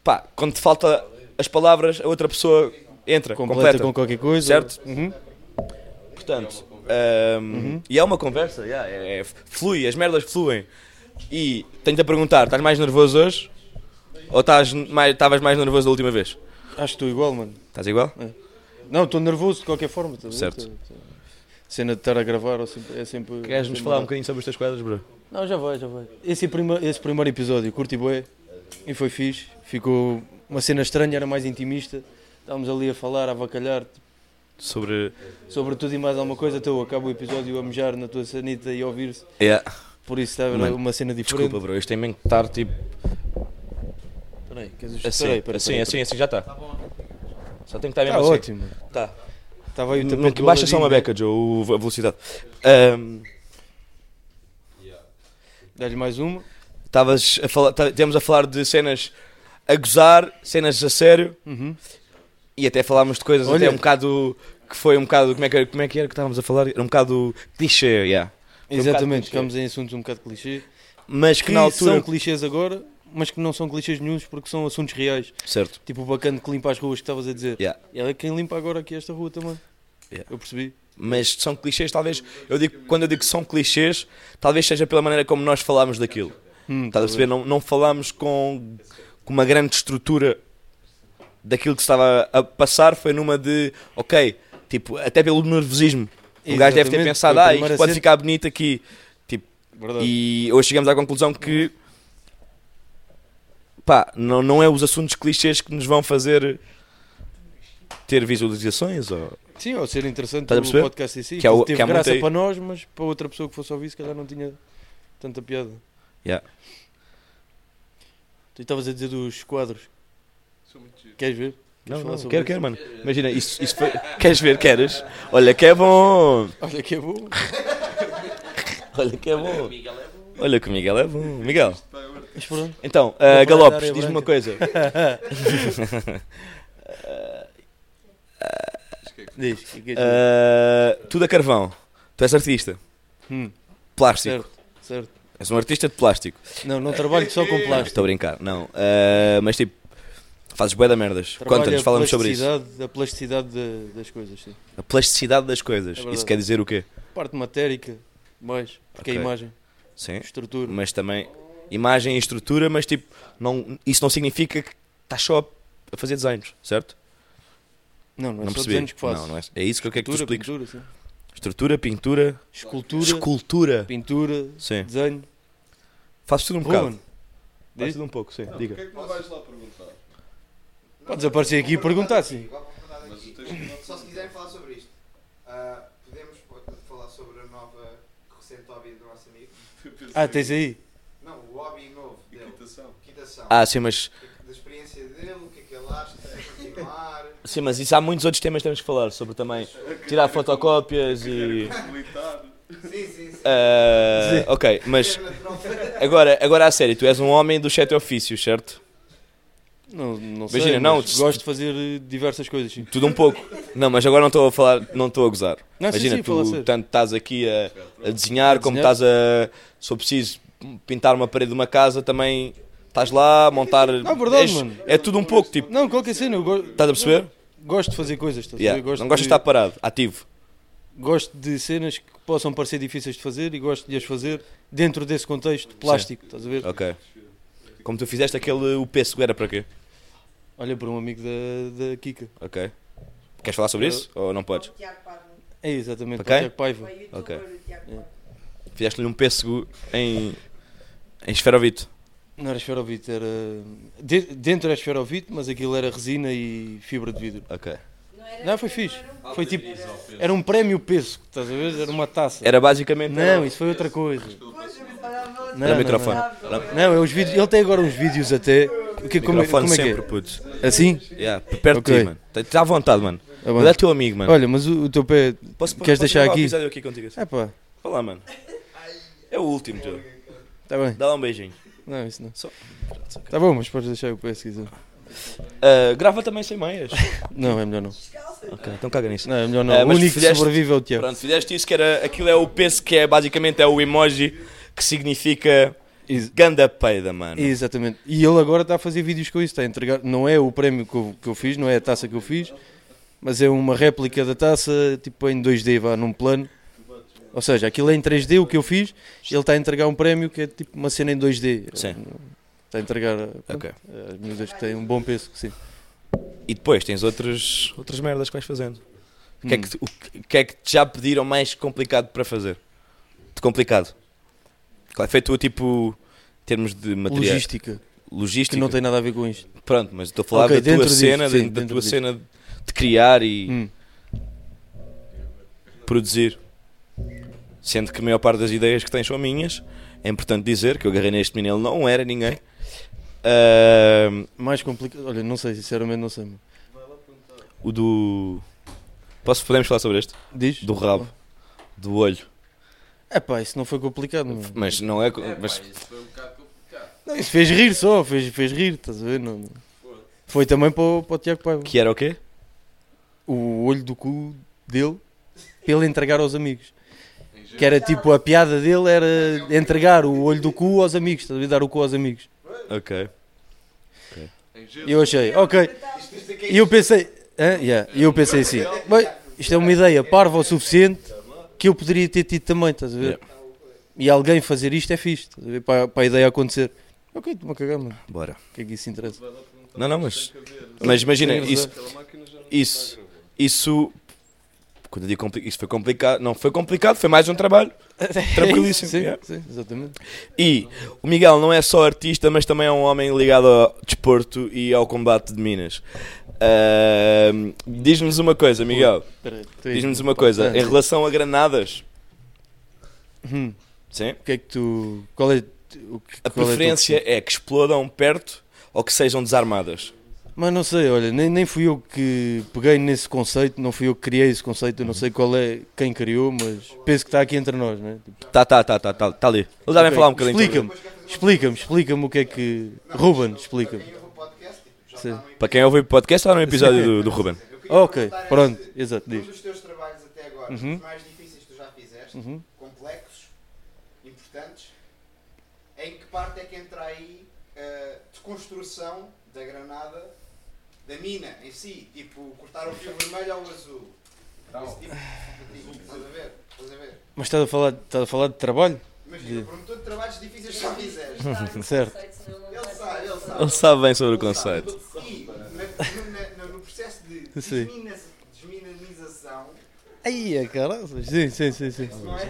[SPEAKER 3] pá, quando te falta as palavras, a outra pessoa entra,
[SPEAKER 7] Completa,
[SPEAKER 3] completa.
[SPEAKER 7] com qualquer coisa.
[SPEAKER 3] Certo?
[SPEAKER 7] Uhum.
[SPEAKER 3] Portanto, ahm, e é uma conversa, yeah, é, é- flui, as merdas fluem. E tenho-te a perguntar: estás mais nervoso hoje? Ou estás mais- estavas mais nervoso da última vez?
[SPEAKER 7] Acho que estou igual, mano.
[SPEAKER 3] Estás igual?
[SPEAKER 7] Não, estou nervoso de qualquer forma. estás a ver?
[SPEAKER 3] Certo.
[SPEAKER 7] Tô- tô- Cena de estar a gravar ou sempre- é sempre.
[SPEAKER 3] Queres-nos
[SPEAKER 7] sempre
[SPEAKER 3] falar um
[SPEAKER 7] mal.
[SPEAKER 3] bocadinho sobre os teus quadros, bro?
[SPEAKER 7] Não, já vai, já vai. Esse, é prima- esse primeiro episódio, curti bué e foi fixe. Ficou uma cena estranha, era mais intimista. Estávamos ali a falar, a avacalhar tipo,
[SPEAKER 3] Sobre.
[SPEAKER 7] sobre tudo e mais alguma coisa. Então acaba o episódio a mejar na tua sanita e a ouvir-se.
[SPEAKER 3] Yeah.
[SPEAKER 7] Por isso estava
[SPEAKER 3] Mano,
[SPEAKER 7] uma cena diferente.
[SPEAKER 3] Desculpa, bro, isto tem mesmo que estar tipo.
[SPEAKER 7] Peraí, queres
[SPEAKER 3] Assim,
[SPEAKER 7] peraí, peraí,
[SPEAKER 3] assim,
[SPEAKER 7] peraí,
[SPEAKER 3] assim, assim, já está. Só tem que estar
[SPEAKER 7] peraí. Tá
[SPEAKER 3] mesmo assim.
[SPEAKER 7] ótimo.
[SPEAKER 3] Tá.
[SPEAKER 7] Estava aí o
[SPEAKER 3] Não,
[SPEAKER 7] tapete
[SPEAKER 3] que baixa só uma
[SPEAKER 7] goladinho.
[SPEAKER 3] beca, Joe, o- a velocidade. Ahm,
[SPEAKER 7] Dá-lhe mais uma.
[SPEAKER 3] um Estavas a falar, tá- tivemos a falar de cenas a gozar, cenas a sério e até falámos de coisas
[SPEAKER 7] Uhum. Olha.
[SPEAKER 3] até um bocado que foi um bocado, como é que, como é que era que estávamos a falar? Era um bocado clichê, yeah. Foi um bocado
[SPEAKER 7] Exatamente,
[SPEAKER 3] clichê.
[SPEAKER 7] ficámos em assuntos um bocado clichê.
[SPEAKER 3] mas que,
[SPEAKER 7] Que
[SPEAKER 3] na
[SPEAKER 7] são
[SPEAKER 3] altura.
[SPEAKER 7] clichês agora, mas que não são clichês nenhuns porque são assuntos reais.
[SPEAKER 3] Certo,
[SPEAKER 7] Tipo o bacana que limpa as ruas que estavas a dizer.
[SPEAKER 3] yeah.
[SPEAKER 7] E ela é quem limpa agora aqui esta rua também.
[SPEAKER 3] Yeah.
[SPEAKER 7] Eu percebi.
[SPEAKER 3] mas são clichês, talvez. Eu digo, quando eu digo que são clichês, talvez seja pela maneira como nós falámos daquilo.
[SPEAKER 7] Hum,
[SPEAKER 3] Estás a perceber? Não, não falámos com, com uma grande estrutura daquilo que se estava a passar. Foi numa de, ok, tipo, até pelo nervosismo. O Um gajo deve ter
[SPEAKER 7] Exatamente,
[SPEAKER 3] pensado,
[SPEAKER 7] foi a
[SPEAKER 3] ah, isto
[SPEAKER 7] primeira
[SPEAKER 3] pode
[SPEAKER 7] cena."
[SPEAKER 3] ficar bonito aqui. Tipo,
[SPEAKER 7] Verdade.
[SPEAKER 3] e hoje chegamos à conclusão que, pá, não, não é os assuntos clichês que nos vão fazer ter visualizações ou
[SPEAKER 7] Sim, ou ser interessante
[SPEAKER 3] Estás a
[SPEAKER 7] o
[SPEAKER 3] perceber?
[SPEAKER 7] podcast em si.
[SPEAKER 3] Que
[SPEAKER 7] Que
[SPEAKER 3] há o-
[SPEAKER 7] teve
[SPEAKER 3] que é há
[SPEAKER 7] graça
[SPEAKER 3] muita-
[SPEAKER 7] para nós, mas para outra pessoa que fosse ouvir, se calhar não tinha tanta piada.
[SPEAKER 3] Yeah.
[SPEAKER 7] Tu estavas a dizer dos quadros. Queres ver? Queres
[SPEAKER 3] Não,
[SPEAKER 7] falar
[SPEAKER 3] não,
[SPEAKER 7] sobre
[SPEAKER 3] quero,
[SPEAKER 7] isso?
[SPEAKER 3] quero, mano. Imagina, isso, isso foi... Queres ver, queres? Olha que é bom!
[SPEAKER 7] Olha que é bom.
[SPEAKER 3] Olha que é bom! Olha que o Miguel é bom! Miguel,
[SPEAKER 7] Mas pronto.
[SPEAKER 3] então, ah,
[SPEAKER 7] Vou parar da
[SPEAKER 3] Galopes,
[SPEAKER 7] área
[SPEAKER 3] diz-me
[SPEAKER 7] branca.
[SPEAKER 3] uma coisa.
[SPEAKER 7] Diz. o que é que queres dizer?
[SPEAKER 3] Ah, tudo a carvão. Tu és artista.
[SPEAKER 7] Hum.
[SPEAKER 3] Plástico.
[SPEAKER 7] certo, certo.
[SPEAKER 3] És um artista de plástico.
[SPEAKER 7] Não, não trabalho só com
[SPEAKER 3] Não,
[SPEAKER 7] plástico.
[SPEAKER 3] Estou a brincar, não. Ah, mas tipo, fazes bué da merdas.
[SPEAKER 7] Trabalho
[SPEAKER 3] Conta-nos,
[SPEAKER 7] a
[SPEAKER 3] falamos sobre isso.
[SPEAKER 7] plasticidade- A plasticidade da- das coisas, sim.
[SPEAKER 3] A plasticidade das coisas.
[SPEAKER 7] É verdade.
[SPEAKER 3] isso quer dizer o quê?
[SPEAKER 7] Parte matérica, mais. Porque é
[SPEAKER 3] Ok.
[SPEAKER 7] imagem,
[SPEAKER 3] Sim.
[SPEAKER 7] estrutura.
[SPEAKER 3] Mas também imagem e estrutura, mas tipo, não, isso não significa que estás só a fazer desenhos, certo?
[SPEAKER 7] Não, não é
[SPEAKER 3] não
[SPEAKER 7] só
[SPEAKER 3] percebi.
[SPEAKER 7] desenhos que faço.
[SPEAKER 3] Não, não é. É isso que eu quero que tu
[SPEAKER 7] Pintura,
[SPEAKER 3] expliques.
[SPEAKER 7] pintura, sim.
[SPEAKER 3] Estrutura, pintura,
[SPEAKER 7] Escultura,
[SPEAKER 3] escultura.
[SPEAKER 7] pintura,
[SPEAKER 3] Sim.
[SPEAKER 7] desenho.
[SPEAKER 3] Fazes tudo um bocado.
[SPEAKER 7] Ruben,
[SPEAKER 3] Fazes tudo um pouco, sim.
[SPEAKER 4] O que
[SPEAKER 3] Diga.
[SPEAKER 4] é que não vais lá perguntar?
[SPEAKER 7] podes aparecer aqui assim. e perguntar, sim.
[SPEAKER 4] Mas tu tens que
[SPEAKER 5] Só se quiserem falar sobre isto. Ah, podemos po- falar sobre a nova recente hobby do nosso amigo?
[SPEAKER 7] Ah, tens aí?
[SPEAKER 5] Não, o hobby novo dele. Equitação.
[SPEAKER 3] Ah, sim, mas,
[SPEAKER 5] é Da experiência dele, o que é que ele acha, se deve continuar.
[SPEAKER 3] sim, mas isso há muitos outros temas que temos que falar sobre também tirar fotocópias e.
[SPEAKER 5] Sim, sim, sim.
[SPEAKER 3] Ah, ok, mas agora, agora a sério, tu és um homem dos sete ofícios, certo?
[SPEAKER 7] Não, não sei.
[SPEAKER 3] Imagina, não,
[SPEAKER 7] mas
[SPEAKER 3] se-
[SPEAKER 7] Gosto de fazer eh, diversas coisas, sim.
[SPEAKER 3] Tudo um pouco. Não, mas agora não estou a falar, não estou a gozar.
[SPEAKER 7] Não, sim,
[SPEAKER 3] Imagina,
[SPEAKER 7] sim, fala
[SPEAKER 3] tu
[SPEAKER 7] sério.
[SPEAKER 3] tanto estás aqui a, a desenhar, como
[SPEAKER 7] desenhar.
[SPEAKER 3] estás a. Se eu preciso pintar uma parede de uma casa, também estás lá a montar.
[SPEAKER 7] Não, verdade,
[SPEAKER 3] és-
[SPEAKER 7] mano.
[SPEAKER 3] É tudo um pouco, tipo.
[SPEAKER 7] Não, qualquer cena, eu go-
[SPEAKER 3] Estás a perceber?
[SPEAKER 7] gosto de fazer coisas, estás a
[SPEAKER 3] Yeah.
[SPEAKER 7] ver? Gosto
[SPEAKER 3] Não gostas de
[SPEAKER 7] de
[SPEAKER 3] estar parado, ativo.
[SPEAKER 7] Gosto de cenas que possam parecer difíceis de fazer e gosto de as fazer dentro desse contexto plástico, estás a ver?
[SPEAKER 3] Ok. Como tu fizeste aquele. O pêssego era para quê?
[SPEAKER 7] Olha para um amigo da, da Kika.
[SPEAKER 3] Ok. Queres falar sobre isso? Ou não podes?
[SPEAKER 7] É exatamente,
[SPEAKER 3] Para quem?
[SPEAKER 7] para o Tiago Paiva.
[SPEAKER 3] Ok. Fizeste-lhe um pêssego em. em esferovite.
[SPEAKER 7] Não era esferovite, era. de- dentro era esferovite, mas aquilo era resina e fibra de vidro.
[SPEAKER 3] Ok.
[SPEAKER 7] Não, foi fixe. Foi tipo. Era um prémio peso, estás a ver? Era uma taça.
[SPEAKER 3] Era basicamente.
[SPEAKER 7] Não, isso foi outra coisa. Não,
[SPEAKER 3] Era
[SPEAKER 7] não,
[SPEAKER 3] microfone.
[SPEAKER 7] Não,
[SPEAKER 3] Era
[SPEAKER 7] Não, é os vídeos. Ele tem agora uns vídeos até. O que, como, é-
[SPEAKER 3] microfone
[SPEAKER 7] como é que
[SPEAKER 3] sempre,
[SPEAKER 7] é?
[SPEAKER 3] putos.
[SPEAKER 7] Assim?
[SPEAKER 3] Yeah, perto
[SPEAKER 7] Ok.
[SPEAKER 3] de ti, mano. Está à vontade, mano.
[SPEAKER 7] É bom.
[SPEAKER 3] Ele é teu amigo, mano.
[SPEAKER 7] Olha, mas o, o teu pé.
[SPEAKER 3] posso,
[SPEAKER 7] queres deixar
[SPEAKER 3] gravar o
[SPEAKER 7] aqui?
[SPEAKER 3] episódio aqui contigo assim?
[SPEAKER 7] É pá,
[SPEAKER 3] Olha lá, mano. É o último, teu.
[SPEAKER 7] está tá bem.
[SPEAKER 3] Dá lá um beijinho.
[SPEAKER 7] Não, isso não.
[SPEAKER 3] Só-
[SPEAKER 7] Está bom, mas podes deixar o pé se quiser.
[SPEAKER 3] Ah, grava também sem meias.
[SPEAKER 7] Não, é melhor não.
[SPEAKER 3] ok, então caga nisso.
[SPEAKER 7] Não, é melhor não.
[SPEAKER 3] É,
[SPEAKER 7] o
[SPEAKER 3] mas
[SPEAKER 7] único
[SPEAKER 3] fizeste-
[SPEAKER 7] que sobrevive é o Tiago.
[SPEAKER 3] Pronto, fizeste isso que era. Aquilo é o peso que é basicamente é o emoji que significa
[SPEAKER 7] Ex-
[SPEAKER 3] ganda peida, mano.
[SPEAKER 7] Exatamente. E ele agora está a fazer vídeos com isso, está a entregar. Não é o prémio que eu, que eu fiz, não é a taça que eu fiz, mas é uma réplica da taça, tipo em 2D, vá num plano. Ou seja, aquilo é em 3D o que eu fiz, ele está a entregar um prémio que é tipo uma cena em 2D.
[SPEAKER 3] Sim.
[SPEAKER 7] Está a entregar
[SPEAKER 3] Ok.
[SPEAKER 7] as miúdas que têm um bom peso, sim.
[SPEAKER 3] E depois tens outros, outras merdas que vais fazendo. O
[SPEAKER 7] Hum.
[SPEAKER 3] que, é que, te- o que- o que é que te já pediram mais complicado para fazer? De complicado. Qual é feito o tipo. em termos de material.
[SPEAKER 7] Logística, que
[SPEAKER 3] Logística.
[SPEAKER 7] não tem nada a ver com isto.
[SPEAKER 3] Pronto, mas estou a falar
[SPEAKER 7] Ok,
[SPEAKER 3] da tua
[SPEAKER 7] dentro disso,
[SPEAKER 3] cena,
[SPEAKER 7] sim,
[SPEAKER 3] da- da
[SPEAKER 7] dentro
[SPEAKER 3] tua
[SPEAKER 7] disso.
[SPEAKER 3] cena de criar e
[SPEAKER 7] Hum.
[SPEAKER 3] produzir. Sendo que a maior parte das ideias que tens são minhas. É importante dizer que eu agarrei neste menino, ele não era ninguém. Ahm,
[SPEAKER 7] Mais complicado, olha, não sei, sinceramente não sei.
[SPEAKER 3] o do. Posso, podemos falar sobre este?
[SPEAKER 7] Diz?
[SPEAKER 3] Do rabo, do olho.
[SPEAKER 7] É pá, isso não foi complicado, mano.
[SPEAKER 3] Mas não é. co- Mas
[SPEAKER 7] Não, isso fez rir só, fez, fez rir, estás a ver? Não, não. Foi também para o, para o Tiago Paiva.
[SPEAKER 3] que era o quê?
[SPEAKER 7] O olho do cu dele para ele entregar aos amigos. Que era tipo, a piada dele era entregar o olho do cu aos amigos, estás a ver? Dar o cu aos amigos.
[SPEAKER 3] Ok.
[SPEAKER 7] E eu achei, ok. E eu pensei, hã? Yeah. e eu pensei assim, bem, isto é uma ideia parva o suficiente que eu poderia ter tido também, estás a ver?
[SPEAKER 3] Yeah.
[SPEAKER 7] E alguém fazer isto é fixe, estás a ver? Para, para a ideia acontecer. Ok, estou-me a cagar, mano.
[SPEAKER 3] Bora.
[SPEAKER 7] O que é que isso interessa?
[SPEAKER 3] Não, não, mas. Mas imagina, isso. Isso. Isso. Quando eu digo compli- isso foi complicado. Não foi complicado, foi mais um trabalho. Tranquilíssimo.
[SPEAKER 7] É Sim,
[SPEAKER 3] yeah.
[SPEAKER 7] sim, exatamente.
[SPEAKER 3] E o Miguel não é só artista, mas também é um homem ligado ao desporto e ao combate de Minas. Ahm, Diz-nos uma coisa, Miguel. Diz-nos uma coisa. Em relação a granadas.
[SPEAKER 7] Hum.
[SPEAKER 3] Sim.
[SPEAKER 7] O que é que tu. Qual é. O que,
[SPEAKER 3] A
[SPEAKER 7] qual é tua
[SPEAKER 3] preferência
[SPEAKER 7] opção?
[SPEAKER 3] é que explodam perto ou que sejam desarmadas.
[SPEAKER 7] Mas não sei, olha, nem, nem fui eu que peguei nesse conceito, não fui eu que criei esse conceito,
[SPEAKER 3] Uhum.
[SPEAKER 7] eu não sei qual é quem criou, mas penso que está aqui entre nós, né? Tipo,
[SPEAKER 3] Tá, tá, tá, tá, tá, tá ali. Eles devem
[SPEAKER 7] ok,
[SPEAKER 3] falar um bocadinho.
[SPEAKER 7] Explica-me, explica-me, explica-me o que é que. Ruben, explica-me.
[SPEAKER 5] É um
[SPEAKER 7] Sim.
[SPEAKER 3] sobre isso. Para quem ouve o podcast, está no episódio do, do Ruben.
[SPEAKER 5] tipo, Eu queria
[SPEAKER 7] Ok,
[SPEAKER 5] perguntar
[SPEAKER 7] pronto,
[SPEAKER 5] antes,
[SPEAKER 7] exato,
[SPEAKER 5] Um
[SPEAKER 7] diz.
[SPEAKER 5] dos teus trabalhos até agora,
[SPEAKER 7] Uhum.
[SPEAKER 5] os mais difíceis que tu já fizeste,
[SPEAKER 7] Uhum.
[SPEAKER 5] complexos, importantes, em que parte é que entra aí a desconstrução da granada, da mina em si? Tipo, cortar o fio vermelho ao azul. Esse tipo de tipo, estás a ver? Estás a ver?
[SPEAKER 7] Mas estás a falar, estás a falar de trabalho?
[SPEAKER 5] Imagina, perguntou de trabalhos difíceis que já fizeste.
[SPEAKER 7] Certo.
[SPEAKER 5] Ele sabe, ele sabe.
[SPEAKER 3] Ele sabe bem sobre o conceito.
[SPEAKER 5] E na- na- no processo de
[SPEAKER 7] Sim.
[SPEAKER 5] desmina- desminamização,
[SPEAKER 7] Aí, é caralho. Sim, sim, sim, sim.
[SPEAKER 5] não é?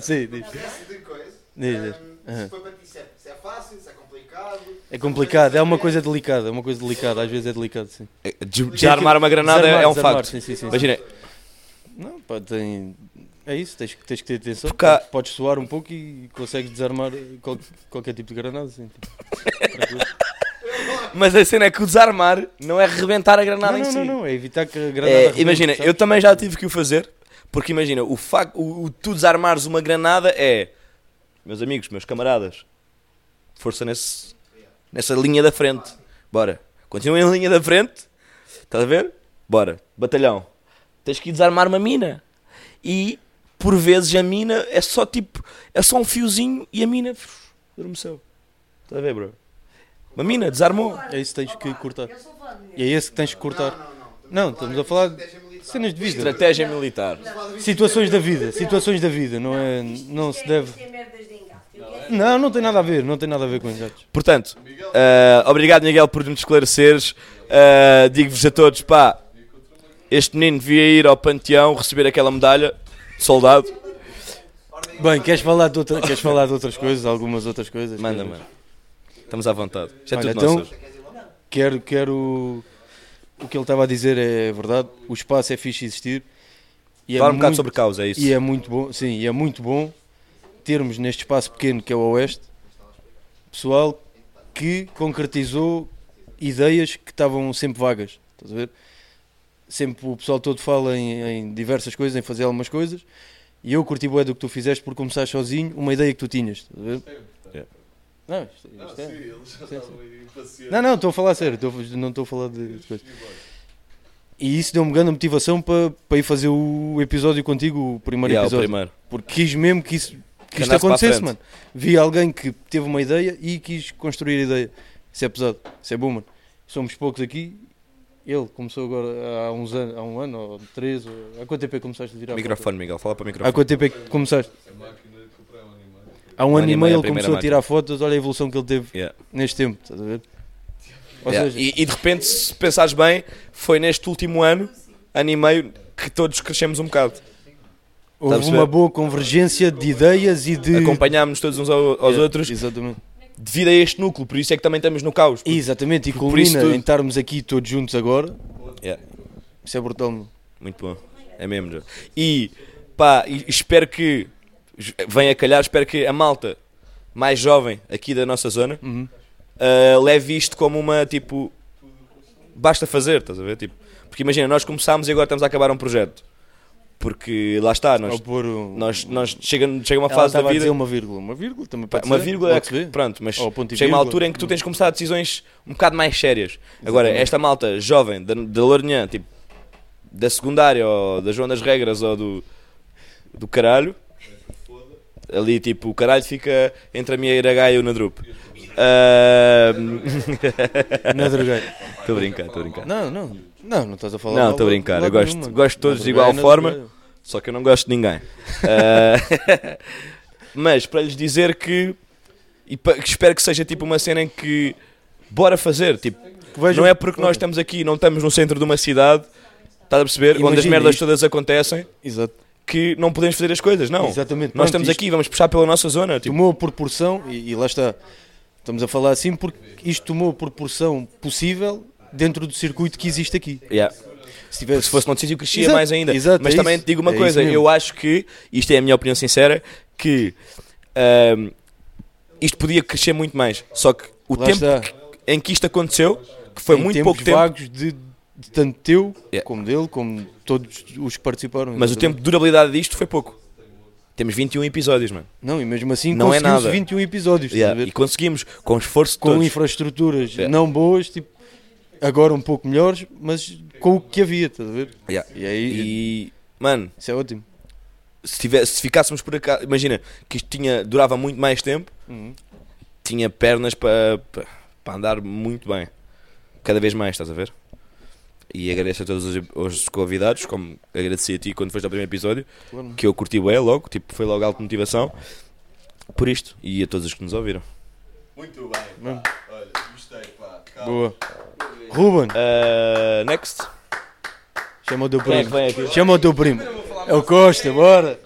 [SPEAKER 7] sim, diz.
[SPEAKER 5] Processo tipo de coisa.
[SPEAKER 7] Diz,
[SPEAKER 5] Ahm,
[SPEAKER 7] diz. Aham.
[SPEAKER 5] Se foi para ti, se é, se é fácil, se é complicado.
[SPEAKER 7] É complicado, é uma coisa delicada, é uma coisa delicada, às vezes é delicado, sim.
[SPEAKER 3] Des- Desarmar uma granada é- é um
[SPEAKER 7] Desarmar,
[SPEAKER 3] facto.
[SPEAKER 7] Sim, sim, sim.
[SPEAKER 3] Imagina,
[SPEAKER 7] Não, pá, tem... é isso, tens, que- tens que ter atenção.
[SPEAKER 3] Porque há-
[SPEAKER 7] Podes suar um pouco e consegues desarmar eh, qual- qualquer tipo de granada. Assim, tipo. Tranquilo.
[SPEAKER 3] Mas a cena é que o desarmar não é rebentar a
[SPEAKER 7] não,
[SPEAKER 3] granada em
[SPEAKER 7] não,
[SPEAKER 3] si.
[SPEAKER 7] não, não, é evitar que a granada.
[SPEAKER 3] É,
[SPEAKER 7] arrebente,
[SPEAKER 3] imagina,
[SPEAKER 7] sabes?
[SPEAKER 3] eu também já tive que o fazer, porque imagina, o facto, o, o tu desarmares uma granada é, meus amigos, meus camaradas, força nesse, nessa linha da frente, bora, continuem em linha da frente, estás a ver? Bora, batalhão, tens que ir desarmar uma mina, e por vezes a mina é só tipo, é só um fiozinho e a mina pff, adormeceu, estás a ver, bro? Uma mina, desarmou.
[SPEAKER 7] É isso que tens que cortar. E é esse que tens que cortar. Não,
[SPEAKER 5] Não, não.
[SPEAKER 7] estamos a falar de cenas de vida.
[SPEAKER 3] Estratégia militar.
[SPEAKER 7] Situações da vida, situações da vida, não é? Não se deve.
[SPEAKER 6] é
[SPEAKER 7] Não, não tem nada a ver, não tem nada a ver com engates.
[SPEAKER 3] Portanto, eh, obrigado Miguel por nos esclareceres. Eh, Digo-vos a todos, pá, este menino devia ir ao panteão receber aquela medalha de soldado.
[SPEAKER 7] Bem, queres falar de, outra, queres falar de outras coisas, algumas outras coisas?
[SPEAKER 3] Manda,
[SPEAKER 7] Queres?
[SPEAKER 3] mano. Estamos à vontade. Isto é
[SPEAKER 7] Olha,
[SPEAKER 3] tudo
[SPEAKER 7] então-
[SPEAKER 3] nosso.
[SPEAKER 7] Quero, quero. O que ele estava a dizer é verdade. O espaço é fixe existir. E é
[SPEAKER 3] Falar um bocado
[SPEAKER 7] muito-
[SPEAKER 3] sobre causa, é isso.
[SPEAKER 7] E é muito bom, sim, e é muito bom termos neste espaço pequeno que é o Oeste, pessoal que concretizou ideias que estavam sempre vagas, estás a ver? Sempre o pessoal todo fala em, em diversas coisas, em fazer algumas coisas, e eu curti bué do que tu fizeste por começar sozinho uma ideia que tu tinhas, estás a ver?
[SPEAKER 3] É.
[SPEAKER 7] Não, isto- isto é- não, não, estou a falar a sério, estou- não estou a falar de, de coisa. E isso deu-me grande motivação para, para ir fazer o episódio contigo, o primeiro
[SPEAKER 3] Yeah, é o
[SPEAKER 7] um episódio.
[SPEAKER 3] primeiro.
[SPEAKER 7] Porque quis mesmo que, isso, que
[SPEAKER 3] Que
[SPEAKER 7] isto
[SPEAKER 3] andasse para a
[SPEAKER 7] acontecesse,
[SPEAKER 3] frente.
[SPEAKER 7] mano. Vi alguém que teve uma ideia e quis construir a ideia. Isso é pesado, isso é bom, mano. Somos poucos aqui. Ele começou agora há uns anos, há um ano, ou três, ou... há quanto tempo é que começaste a virar? a foto?
[SPEAKER 3] Microfone, Miguel, fala para o
[SPEAKER 7] Há
[SPEAKER 3] microfone.
[SPEAKER 7] quanto tempo é que começaste? Há um ano e
[SPEAKER 3] é
[SPEAKER 7] meio ele começou a tirar fotos, olha a evolução que ele teve
[SPEAKER 3] Yeah,
[SPEAKER 7] neste tempo, estás a ver? Ou
[SPEAKER 3] yeah.
[SPEAKER 7] seja,
[SPEAKER 3] E, e de repente, se pensares bem, foi neste último ano, ano e meio, que todos crescemos um bocado. Estás a
[SPEAKER 7] houve
[SPEAKER 3] perceber?
[SPEAKER 7] uma boa convergência de ideias e de.
[SPEAKER 3] Acompanhámos todos uns ao- aos
[SPEAKER 7] Yeah,
[SPEAKER 3] outros
[SPEAKER 7] Exatamente.
[SPEAKER 3] devido a este núcleo, por isso é que também estamos no caos. porque-
[SPEAKER 7] Exatamente, e
[SPEAKER 3] por isso
[SPEAKER 7] culmina
[SPEAKER 3] tudo.
[SPEAKER 7] em estarmos aqui todos juntos agora.
[SPEAKER 3] Yeah.
[SPEAKER 7] Isso é brutal, meu.
[SPEAKER 3] Muito bom. É mesmo. Joe. E pá, e espero que j- venha a calhar, espero que a malta mais jovem aqui da nossa zona
[SPEAKER 7] Uhum.
[SPEAKER 3] ah, leve isto como uma tipo basta fazer, estás a ver? Tipo, porque imagina, nós começámos e agora estamos a acabar um projeto. Porque lá está, nós,
[SPEAKER 7] Ao pôr o-
[SPEAKER 3] nós, nós chega, chega uma
[SPEAKER 7] Ela
[SPEAKER 3] fase da
[SPEAKER 7] estava a dizer
[SPEAKER 3] vida.
[SPEAKER 7] uma vírgula. Uma vírgula também
[SPEAKER 3] Pá,
[SPEAKER 7] pode
[SPEAKER 3] Uma
[SPEAKER 7] ser,
[SPEAKER 3] vírgula é
[SPEAKER 7] pode-se
[SPEAKER 3] que,
[SPEAKER 7] ver.
[SPEAKER 3] pronto, mas
[SPEAKER 7] Ou ponto e
[SPEAKER 3] chega uma
[SPEAKER 7] vírgula.
[SPEAKER 3] altura em que tu tens de começar decisões um bocado mais sérias. Agora, esta malta jovem, da, da Lourinhã, tipo, da secundária ou da João das Regras ou do, do caralho, ali tipo, o caralho fica entre a minha Iragaia e o Nadrup.
[SPEAKER 7] Não é droguei.
[SPEAKER 3] Estou a brincar, estou a brincar.
[SPEAKER 7] Não, não, não, não estás a falar.
[SPEAKER 3] Não,
[SPEAKER 7] mal
[SPEAKER 3] estou a
[SPEAKER 7] de-
[SPEAKER 3] brincar,
[SPEAKER 7] de
[SPEAKER 3] eu
[SPEAKER 7] lado
[SPEAKER 3] gosto-
[SPEAKER 7] mano.
[SPEAKER 3] gosto de todos
[SPEAKER 7] Não
[SPEAKER 3] de igual
[SPEAKER 7] droguei, não
[SPEAKER 3] forma.
[SPEAKER 7] droguei.
[SPEAKER 3] Só que eu não gosto de ninguém. Ah, mas para lhes dizer que, e pa- que espero que seja tipo uma cena em que bora fazer. Tipo,
[SPEAKER 7] Que vejam-
[SPEAKER 3] não é porque nós estamos aqui, não estamos no centro de uma cidade, estás a perceber? onde as
[SPEAKER 7] Imagina
[SPEAKER 3] merdas
[SPEAKER 7] isto.
[SPEAKER 3] todas acontecem,
[SPEAKER 7] Exato.
[SPEAKER 3] que não podemos fazer as coisas, não.
[SPEAKER 7] Exatamente,
[SPEAKER 3] Nós
[SPEAKER 7] pronto,
[SPEAKER 3] estamos
[SPEAKER 7] isto-
[SPEAKER 3] aqui, vamos puxar pela nossa zona. Tipo,
[SPEAKER 7] Tomou a proporção, e, e lá está, estamos a falar assim porque isto tomou a proporção possível dentro do circuito que existe aqui.
[SPEAKER 3] yeah.
[SPEAKER 7] Se, tivesse,
[SPEAKER 3] se fosse noutro sítio crescia
[SPEAKER 7] Exato,
[SPEAKER 3] mais ainda.
[SPEAKER 7] exato,
[SPEAKER 3] Mas
[SPEAKER 7] é
[SPEAKER 3] também
[SPEAKER 7] isso,
[SPEAKER 3] te digo uma
[SPEAKER 7] é
[SPEAKER 3] coisa,
[SPEAKER 7] isso mesmo.
[SPEAKER 3] eu acho que, isto é a minha opinião sincera, que ahm, isto podia crescer muito mais. Só que o
[SPEAKER 7] Lá
[SPEAKER 3] tempo
[SPEAKER 7] está.
[SPEAKER 3] que- em que isto aconteceu, que foi
[SPEAKER 7] em
[SPEAKER 3] muito
[SPEAKER 7] tempos
[SPEAKER 3] pouco tempo,
[SPEAKER 7] vagos de, de tanto teu,
[SPEAKER 3] Yeah.
[SPEAKER 7] como dele, como todos os que participaram.
[SPEAKER 3] mas o tempo de durabilidade disto foi pouco. Temos 21 episódios, mano.
[SPEAKER 7] Não, e mesmo assim
[SPEAKER 3] Não é
[SPEAKER 7] conseguiu-se
[SPEAKER 3] nada.
[SPEAKER 7] 21 episódios. estás a
[SPEAKER 3] Yeah,
[SPEAKER 7] ver?
[SPEAKER 3] E conseguimos, com esforço de
[SPEAKER 7] com
[SPEAKER 3] todos. É.
[SPEAKER 7] infraestruturas
[SPEAKER 3] Yeah.
[SPEAKER 7] não boas, tipo, agora um pouco melhores, mas com o que havia, estás a ver?
[SPEAKER 3] Yeah.
[SPEAKER 7] E aí,
[SPEAKER 3] E, mano,
[SPEAKER 7] isso é ótimo.
[SPEAKER 3] se, tivesse, se ficássemos por acá, imagina que isto tinha, durava muito mais tempo,
[SPEAKER 7] Uhum.
[SPEAKER 3] tinha pernas para pa, pa andar muito bem, cada vez mais, estás a ver? E agradeço a todos os, os convidados, como agradeci a ti quando foste ao primeiro episódio,
[SPEAKER 7] Claro.
[SPEAKER 3] que eu curti bem logo, tipo, foi logo alta motivação por isto e a todos os que nos ouviram.
[SPEAKER 4] Muito bem.
[SPEAKER 7] Hum.
[SPEAKER 4] Olha, gostei, pá.
[SPEAKER 7] Boa. Ruben,
[SPEAKER 3] Ah, next,
[SPEAKER 7] chama o teu
[SPEAKER 3] quem é que
[SPEAKER 7] primo.
[SPEAKER 3] vem aqui?
[SPEAKER 7] Chama o teu primo. É o Costa, bora.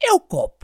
[SPEAKER 2] meu copo.